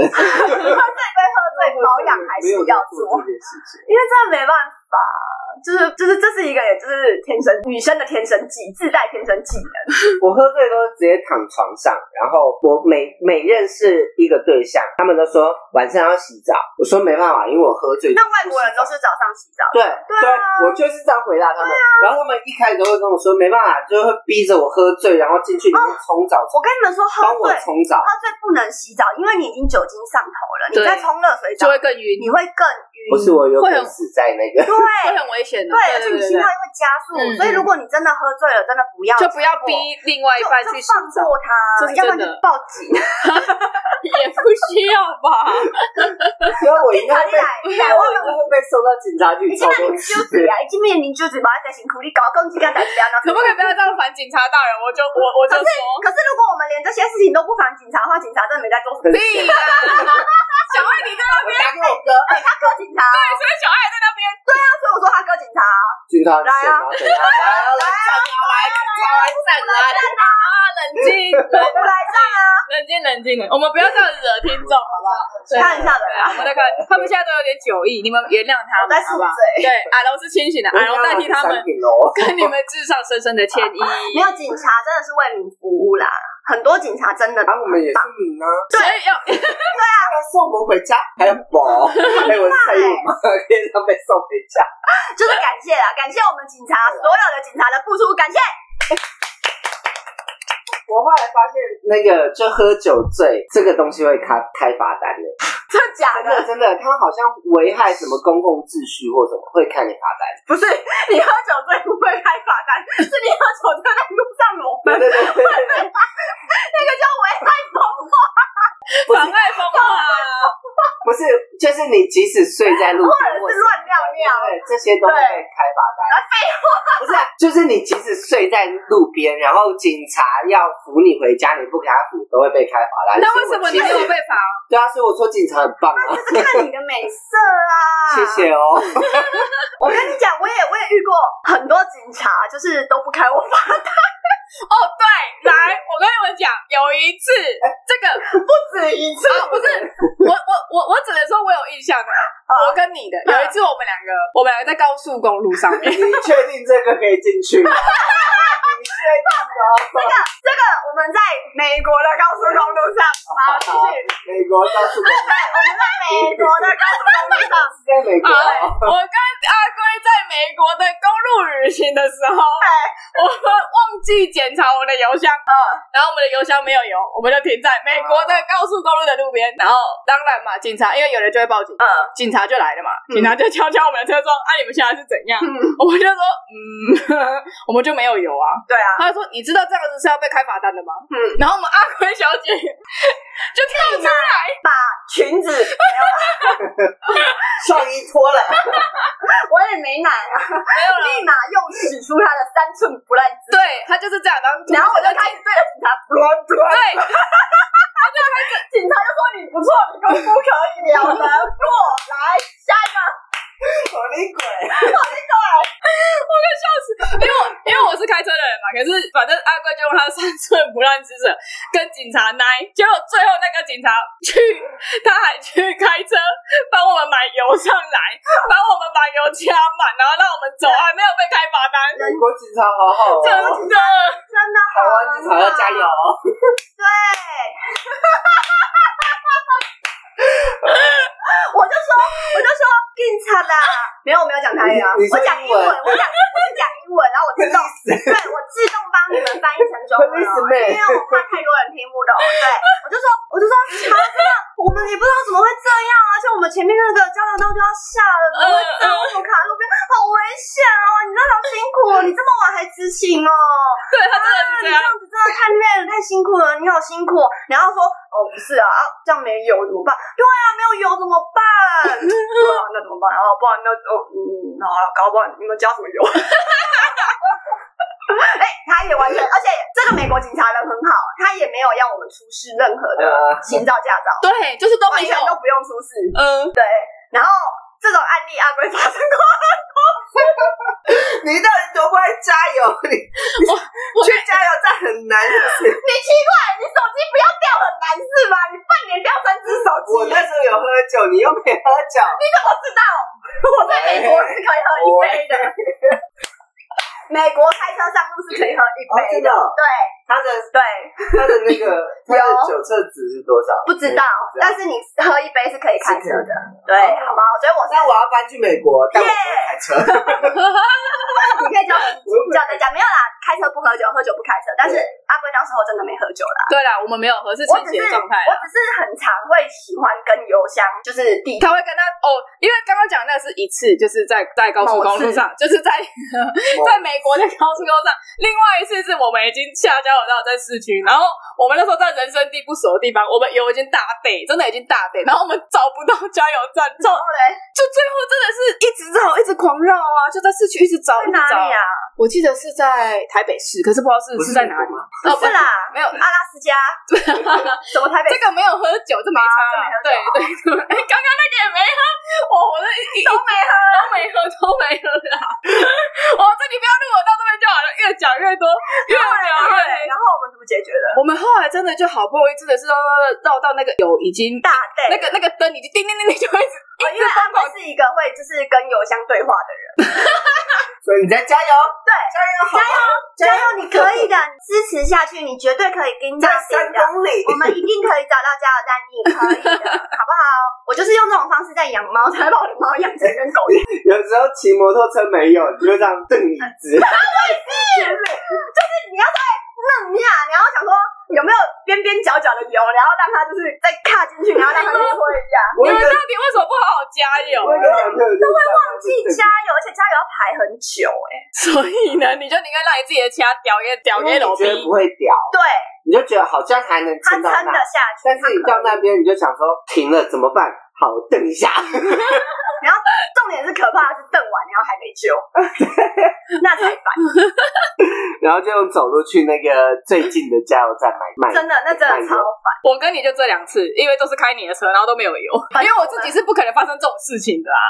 Speaker 2: 保养还是
Speaker 3: 没有
Speaker 2: 要
Speaker 3: 做
Speaker 2: 做，
Speaker 3: 这件事情。
Speaker 2: 因为真的没办法，就是就是这是一个也就是天生女生的天生技，自带天生技能。
Speaker 3: 我喝醉都是直接躺床上，然后我每每认识一个对象，他们都说晚上要洗澡，我说没办法，因为我喝醉。
Speaker 2: 那外国人都是早上洗澡，
Speaker 3: 对
Speaker 2: 对啊
Speaker 3: 我就是这样回答他们，然后他们一开始都会跟我说没办法，就会逼着我喝醉，然后进去里面冲澡，
Speaker 2: 我跟你们说，喝
Speaker 3: 帮我
Speaker 2: 醉
Speaker 3: 冲澡
Speaker 2: 喝。醉不能洗澡，因为你已经酒精上头了，你
Speaker 1: 对
Speaker 2: 再冲热水
Speaker 1: 就
Speaker 2: 澡，
Speaker 1: 会更晕
Speaker 2: 你，会更晕。晕。
Speaker 3: 不是我有
Speaker 1: 会
Speaker 3: 可
Speaker 1: 很
Speaker 3: 能死在那个，
Speaker 2: 对
Speaker 1: 会很危险的。
Speaker 2: 对，而且
Speaker 1: 对
Speaker 2: 你
Speaker 1: 对
Speaker 2: 心
Speaker 1: 对
Speaker 2: 脏，会加速，
Speaker 1: 嗯
Speaker 2: 所以如果你真的喝醉了，真的不要
Speaker 1: 就不要
Speaker 2: 强迫
Speaker 1: 逼另外一
Speaker 2: 就
Speaker 1: 半
Speaker 2: 就
Speaker 1: 去洗
Speaker 2: 放
Speaker 1: 澡，
Speaker 2: 过他
Speaker 1: 这是，
Speaker 2: 要不然
Speaker 1: 真
Speaker 2: 就
Speaker 1: 的
Speaker 2: 报警。
Speaker 1: 也不需要吧？
Speaker 3: 因为 [LAUGHS] 我应
Speaker 2: 警察
Speaker 3: 该
Speaker 2: 你
Speaker 3: 被，
Speaker 2: 来，你来，我
Speaker 3: 我应该会被送到警察局
Speaker 2: 你
Speaker 3: 超
Speaker 2: 今晚
Speaker 3: 过
Speaker 2: 你
Speaker 3: 次
Speaker 2: 就。是啊，今晚你就是把在辛苦，你搞更几个代志啊？
Speaker 1: 可不可以不要这样烦警察大人？我就我我就说，
Speaker 2: 可是如果我们连这些事情都不烦警察的话，警察真的没在做什么。
Speaker 1: 屁啦！小爱你在那边，
Speaker 3: 打给我哥，啊
Speaker 2: 哎，他哥警察，
Speaker 1: 所以小爱在那边，
Speaker 2: 所以我说他哥警察。哎
Speaker 3: 警
Speaker 2: 来
Speaker 3: 察来
Speaker 2: 啊
Speaker 3: 啊，警察来啊，来啊，
Speaker 1: 台湾站啊啊！冷静，冷
Speaker 2: 我来上啊，
Speaker 1: 冷静，冷静，冷静我们不要这样惹听众，好不好？对
Speaker 2: 看一下的
Speaker 1: 对啊，我们在看，他们现在都有点酒意，你们原谅他们
Speaker 2: 我在，
Speaker 1: 好
Speaker 2: 宿
Speaker 1: 不好？对，
Speaker 2: 醉。
Speaker 1: 阿龙是清醒的，
Speaker 3: 我
Speaker 1: 阿龙代替他们
Speaker 3: 三，品楼
Speaker 1: 跟你们致上深深的歉
Speaker 2: [LAUGHS]
Speaker 1: 意。
Speaker 2: 没有警察真的是为民服务啦，很多警察真的
Speaker 3: 啊，我们也是你呢，
Speaker 1: 所以要
Speaker 3: 他来送我们回家，还有宝，还有蔡我妈可以让被送回家。
Speaker 2: 就是感谢啦，感谢我们警察
Speaker 3: 啊
Speaker 2: 所有的警察的付出，感谢。
Speaker 3: [LAUGHS] 我后来发现，那个就喝酒醉这个东西会开开罚单的，
Speaker 2: 真的假
Speaker 3: 真的真的，他好像危害什么公共秩序或什么，会看你罚单。
Speaker 2: 不是你喝酒醉不会开罚单，是你喝酒醉在路上裸奔，
Speaker 3: 对对对对对，
Speaker 2: 那个叫危害风化。
Speaker 1: 妨碍风啊化，
Speaker 2: [LAUGHS]
Speaker 3: 不是，就是你即使睡在路
Speaker 2: 或
Speaker 3: 边，
Speaker 2: 者是乱尿尿。
Speaker 3: 对，这些都会被开罚单。废话，不是啊、就是你即使睡在路边，然后警察要扶你回家，你不给他扶，都会被开罚单。
Speaker 1: 那为什么你没有被
Speaker 3: 被？
Speaker 2: [LAUGHS]
Speaker 1: 罚？
Speaker 3: 对啊，所以我说警察很棒 [LAUGHS] 啊，
Speaker 2: 就是看你的美色啊！
Speaker 3: 谢谢哦。
Speaker 2: 我跟你讲，我也我也遇过很多警察，就是都不开我罚单，
Speaker 1: 哦，对，来，我跟你们讲，有一次
Speaker 2: 哎
Speaker 1: 这个哦
Speaker 2: 不止一次。
Speaker 1: 啊，不是，我我我我只能说我有印象的，我跟你的有一次我们两个，我们两个在高速公路上面
Speaker 3: 你，确定这个可以进去吗？
Speaker 2: 这个这个，我们在美国的高速公路上，好，继续。
Speaker 3: 美国到处都是，
Speaker 2: 我们在美国的高速公路上，
Speaker 3: 是在美国、
Speaker 1: 啊
Speaker 3: 哦。，
Speaker 1: 我跟阿龟在美国的公路旅行的时候，我们忘记检查我们的油箱，
Speaker 2: 嗯
Speaker 1: 然后我们的油箱没有油，我们就停在美国的高速公路的路边，然后当然嘛，警察因为有人就会报警，
Speaker 2: 嗯
Speaker 1: 警察就来了嘛，警察就敲敲我们的车窗，啊，你们现在是怎样？
Speaker 2: 嗯，
Speaker 1: 我们就说，嗯，我们就没有油啊。
Speaker 2: 对啊，
Speaker 1: 他就说：“你知道这样子是要被开罚单的吗？”
Speaker 2: 嗯
Speaker 1: 然后我们阿坤小姐就跳出来，
Speaker 2: 把裙子
Speaker 3: [LAUGHS] 上衣脱了，
Speaker 2: 我也没奶啊，
Speaker 1: 没有了。
Speaker 2: 立马又使出他的三寸不烂之舌，
Speaker 1: 对他就是这样，然后
Speaker 2: 然后我就开始对着警察乱
Speaker 1: 对
Speaker 2: 乱，
Speaker 1: 对
Speaker 2: 警察就说你不错，你功夫可以了得过来下一个，
Speaker 3: 我厉鬼。 [LAUGHS]
Speaker 1: 我快笑死，因为我因为我是开车的人嘛，可是反正阿贵就用他的三寸不烂之舌跟警察奶，结果最后那个警察去，他还去开车帮我们买油上来，帮我们把油加满，然后让我们走，还没有被开罚单，
Speaker 3: 美国警察好好哦，
Speaker 1: 真的。
Speaker 2: 真的啊
Speaker 3: 台湾警察要加油哦。 [LAUGHS]
Speaker 2: 对， [LAUGHS] 我就说，我就说，警察啦，啊没有，我没有讲台语啊，
Speaker 3: 你你
Speaker 2: 我
Speaker 3: 说
Speaker 2: 讲英文，
Speaker 3: 英文
Speaker 2: 我讲我是讲英文，然后我自动， [LAUGHS] 对我自动帮你们翻译成中文哦，
Speaker 3: Policeman
Speaker 2: 因为我怕太多人听不懂，对，我就说，我就说，查这个，我们也不知道怎么会这样啊，而且我们前面那个交流道就要下了，怎么会这
Speaker 3: 呃
Speaker 2: 样？为什么卡在路边？好危险哦！你真的好辛苦，你这么晚还执勤哦。
Speaker 1: 对他真的是这
Speaker 2: 你这
Speaker 1: 样
Speaker 2: 样，子真的太累了，太辛苦了，你好辛苦。然后说，哦，不是啊，啊这样没油怎么办？对啊，没有油怎么办？对啊，那怎么办？哦，不然那哦，嗯，好了，搞不好你们加什么油？哎、他也完全，而且这个美国警察人很好，他也没有让我们出示任何的
Speaker 3: [LAUGHS] 呃，
Speaker 2: 行照驾照，
Speaker 1: 对，就是都
Speaker 2: 完
Speaker 1: 没
Speaker 2: 哦全
Speaker 1: 有，
Speaker 2: 都不用出示。
Speaker 1: 嗯。
Speaker 2: 对，然后这种案例阿龟发生过，
Speaker 3: 你到底多不会加油？你
Speaker 1: 我我
Speaker 3: 你去加油站很难，是不是？
Speaker 2: 你奇怪，你手机不要掉很难是吧？你半年掉三只手机，啊
Speaker 3: 我那时候有喝酒，你又没喝酒，
Speaker 2: 你 [LAUGHS] 怎么知道？我在美国是可以喝一杯的。美国开车上路是可以喝一杯
Speaker 3: 哦真的哦
Speaker 2: 对
Speaker 3: 他的
Speaker 2: 对，
Speaker 3: [LAUGHS] 他的那个它的酒测值是多少？
Speaker 2: 不知道，但是你喝一杯是可以开车的，对，好不好？所以我是
Speaker 3: 那我要搬去美国，但我不会开车。
Speaker 2: 你可以叫你叫在家，没有啦，开车不喝酒，喝酒不开车。但是阿贵当时候真的没喝酒啦，
Speaker 1: 对啦，我们没有合适
Speaker 2: 我
Speaker 1: 倾
Speaker 2: 只
Speaker 1: 斜的
Speaker 2: 是
Speaker 1: 状态啊
Speaker 2: 我。只是很常会喜欢跟油箱，就是地
Speaker 1: 他会跟他哦，因为刚刚讲那是一次，就是在在高速公路上，就是在在美国的高速公路上。另外一次是我们已经下交流道在市区，然后我们那时候在人生地不熟的地方，我们油已经大背，真的已经大背，然后我们找不到加油站，
Speaker 2: 然
Speaker 1: 找
Speaker 2: 后嘞，
Speaker 1: 就最后真的是一直绕，一直狂绕啊，就在市区一直找，
Speaker 2: 在
Speaker 1: 一直
Speaker 2: 哪
Speaker 1: 找
Speaker 2: 里。啊？
Speaker 1: 我记得是在台北市，可是不知道是
Speaker 3: 不 [LAUGHS] 是
Speaker 1: 在哪里
Speaker 3: 美国。
Speaker 2: 不是啦，
Speaker 1: 哦没有
Speaker 2: 阿拉斯加，什么台北
Speaker 1: 这个没有喝酒，这没差啊。对对对，哎 [LAUGHS] 刚刚那个也没喝，我我这一都没喝，都没喝，都没喝啦。 [LAUGHS] 我这里不要录，我到这边就好了，越讲越多，越
Speaker 2: 对
Speaker 1: 聊越黑。
Speaker 2: 然后我们怎么解决的？
Speaker 1: 我们后来真的就好不容易，真的是绕绕绕到那个有已经
Speaker 2: 大队
Speaker 1: 那个那个灯已经叮叮叮叮就会一直
Speaker 2: 哦因为阿贵是一个会就是跟油箱对话的人，
Speaker 3: 所以你在加油，
Speaker 2: 对，加油加油，你可以的，你支持下去，你绝对可以跟到
Speaker 3: 在
Speaker 2: 底
Speaker 3: 三
Speaker 2: 的。
Speaker 3: 公里。啊
Speaker 2: 我们一定可以找到加油站，你可以的， [LAUGHS] 好不好？我就是用这种方式在养猫，才把我的猫养成跟狗一样。
Speaker 3: [LAUGHS] 有时候骑摩托车没有，你就这样蹬椅 [LAUGHS]
Speaker 2: [LAUGHS]
Speaker 3: 子。
Speaker 2: 你要再弄一下，你要想说有没有边边角角的油，然后让它就是再卡进去，然后让它去搓一下。 [LAUGHS]
Speaker 3: 我
Speaker 1: 你
Speaker 3: 有一
Speaker 1: 们
Speaker 3: 个
Speaker 1: 到底为什么不好好加油？
Speaker 3: 我有一个男朋友就会忘
Speaker 2: 自己加油，而且加油要排很久哎、
Speaker 1: 所以呢，你就你应该让你自己的掐屌给屌
Speaker 3: 因为
Speaker 1: 给
Speaker 3: 你
Speaker 1: 老逼
Speaker 3: 觉。得不会屌，
Speaker 2: 对，
Speaker 3: 你就觉得好像还能
Speaker 2: 它
Speaker 3: 撑
Speaker 2: 撑
Speaker 3: 到
Speaker 2: 得
Speaker 3: 那，
Speaker 2: 下去。
Speaker 3: 但是你到那边你就想说停了怎么办？好，蹬一下。
Speaker 2: 重点是可怕的是瞪完，然后还没 [LAUGHS] 救，那才烦。
Speaker 3: 然后就用走路去那个最近的加油站买买。
Speaker 2: 真的，那真的超烦。
Speaker 1: 我跟你就这两次，因为都是开你的车，然后都没有油，因为我自己是不可能发生这种事情的啊。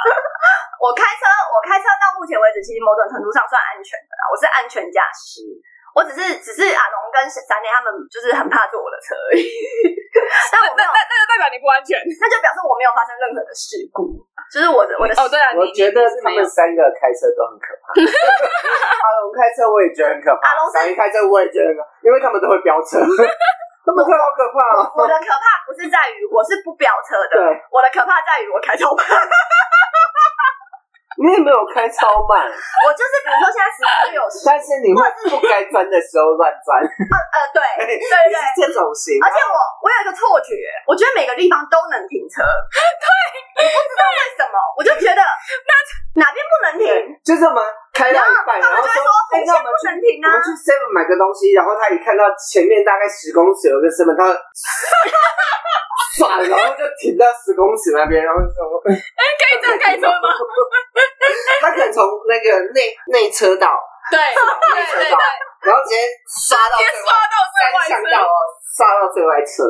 Speaker 2: 我开车，我开车到目前为止，其实某种程度上算安全的啦，我是安全驾驶。我只是只是阿龙跟闪雷他们就是很怕坐我的车而已， [LAUGHS] 但我没有，
Speaker 1: 那就代表你不安全。
Speaker 2: 那就表示我没有发生任何的事故，就是我的我的
Speaker 1: 哦，对啊，
Speaker 3: 我
Speaker 1: 你
Speaker 3: 觉得
Speaker 1: 你是
Speaker 3: 他
Speaker 1: 没有
Speaker 3: 们三个开车都很可怕。 [LAUGHS] 阿龙开车我也觉得很可怕，
Speaker 2: 阿龙是
Speaker 3: 小姨开车我也觉得很可怕，因为他们都会飙
Speaker 2: [LAUGHS]
Speaker 3: 车，他们会好可怕哦。
Speaker 2: 我的可怕不是在于我是不飙车的，，
Speaker 3: 对
Speaker 2: 我的可怕在于我开超慢。
Speaker 3: 你也没有开超
Speaker 2: [LAUGHS]
Speaker 3: 慢，
Speaker 2: 我就是比如说现在时速六十，
Speaker 3: 但是你会不该钻的时候乱钻，你
Speaker 2: 呃，对对
Speaker 3: [LAUGHS]
Speaker 2: 对
Speaker 3: 是。这种型。
Speaker 2: 而且我我有一个错觉，我觉得每个地方都能停车。对，我不知道为什么，我就觉得那哪边不能停，
Speaker 3: 对，就是我们开到一半，
Speaker 2: 然后他们
Speaker 3: 然
Speaker 2: 就
Speaker 3: 后
Speaker 2: 会
Speaker 3: 说
Speaker 2: 说：“
Speaker 3: 哎
Speaker 2: 红，线
Speaker 3: 那我们
Speaker 2: 不
Speaker 3: 去
Speaker 2: 能停
Speaker 3: 我
Speaker 2: 啊
Speaker 3: 们去 Seven 买个东西，然后他一看到前面大概十公尺有个 Seven，他 [LAUGHS] 唰，然后就停到十公尺那边，然后就说哦
Speaker 1: 可以这样开车
Speaker 3: [LAUGHS]
Speaker 1: 吗？
Speaker 3: 他可能从那个内内车道，
Speaker 1: 对对对对，
Speaker 3: 然后直接刷到
Speaker 1: 别
Speaker 3: 最
Speaker 1: 刷
Speaker 3: 外
Speaker 1: 到最外
Speaker 3: 单向道
Speaker 1: 侧。
Speaker 3: 哦，刷到最外侧，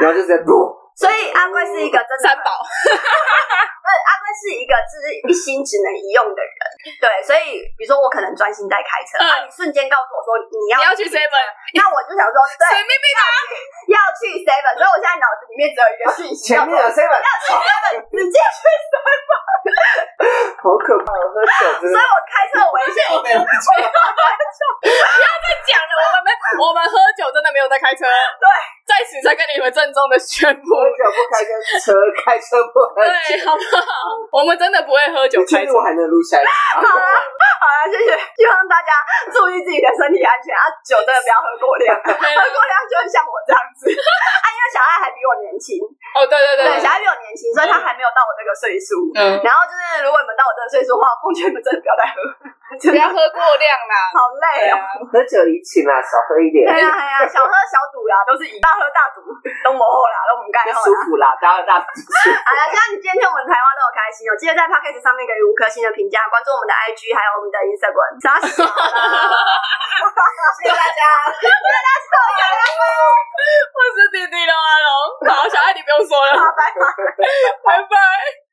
Speaker 3: 然后就直接不。
Speaker 2: 所以阿贵是一个真的，
Speaker 1: 三宝，
Speaker 2: 阿贵是一个就是一心只能一用的人。对，所以比如说我可能专心在开车，
Speaker 1: 嗯
Speaker 2: 啊，你瞬间告诉我说你要
Speaker 1: 你，要去 seven，
Speaker 2: 那我就想说，
Speaker 1: 神
Speaker 2: 对，
Speaker 1: 秘秘的
Speaker 2: 要去 seven。所以我现在脑子里面只有一个讯息，
Speaker 3: 前面有 seven，
Speaker 2: 直接去。
Speaker 3: 好可怕！我喝酒真
Speaker 2: 所
Speaker 3: 的
Speaker 2: 以我开车危险，
Speaker 3: 没有
Speaker 1: 讲了，我 [LAUGHS] 们没我们喝酒真的没有在开车。对，在此再跟你们郑重的宣布
Speaker 3: 喝，酒不开车，车开车不喝酒。
Speaker 1: 对，好不好？我们真的不会喝酒
Speaker 3: 你
Speaker 1: 开
Speaker 3: 确
Speaker 1: 车
Speaker 3: 定。我还能录下一集吗？
Speaker 2: 好啦，好啦，谢谢，希望大家注意自己的身体安全啊！酒真的不要喝过
Speaker 1: [LAUGHS]
Speaker 2: 量，喝过量就会像我这样子。 [LAUGHS] 啊，因为小爱还比我年轻，
Speaker 1: [LAUGHS] 哦，对对
Speaker 2: 对，
Speaker 1: 对
Speaker 2: 小，爱比我年轻，所以她还没有到我这个岁数。
Speaker 1: 嗯，
Speaker 2: 然后就是，如果你们到我这个岁数的话，奉劝你们真的不要再喝， [LAUGHS]
Speaker 1: 不
Speaker 2: 真的
Speaker 1: 要喝过量啦。 [LAUGHS]
Speaker 2: 好累
Speaker 1: 对
Speaker 2: 哦。
Speaker 1: 啊
Speaker 3: 喝酒怡情啦，少喝一点
Speaker 2: 对，呀对呀，小喝小赌啦，都是以大喝大赌，都磨后啦，都不干后
Speaker 3: 舒
Speaker 2: 啦。
Speaker 3: 服啦，大家大家
Speaker 2: 好了，希望你今天我们台湾都有开心哦！记得在 podcast 上面给予五颗星的评价，关注我们的 IG，还有我们的 Instagram。啥小啦谢谢大家，谢谢大家，我要
Speaker 1: 啊我是弟弟的阿龙，好，小爱你不用说了，
Speaker 2: 拜拜。
Speaker 1: 拜拜。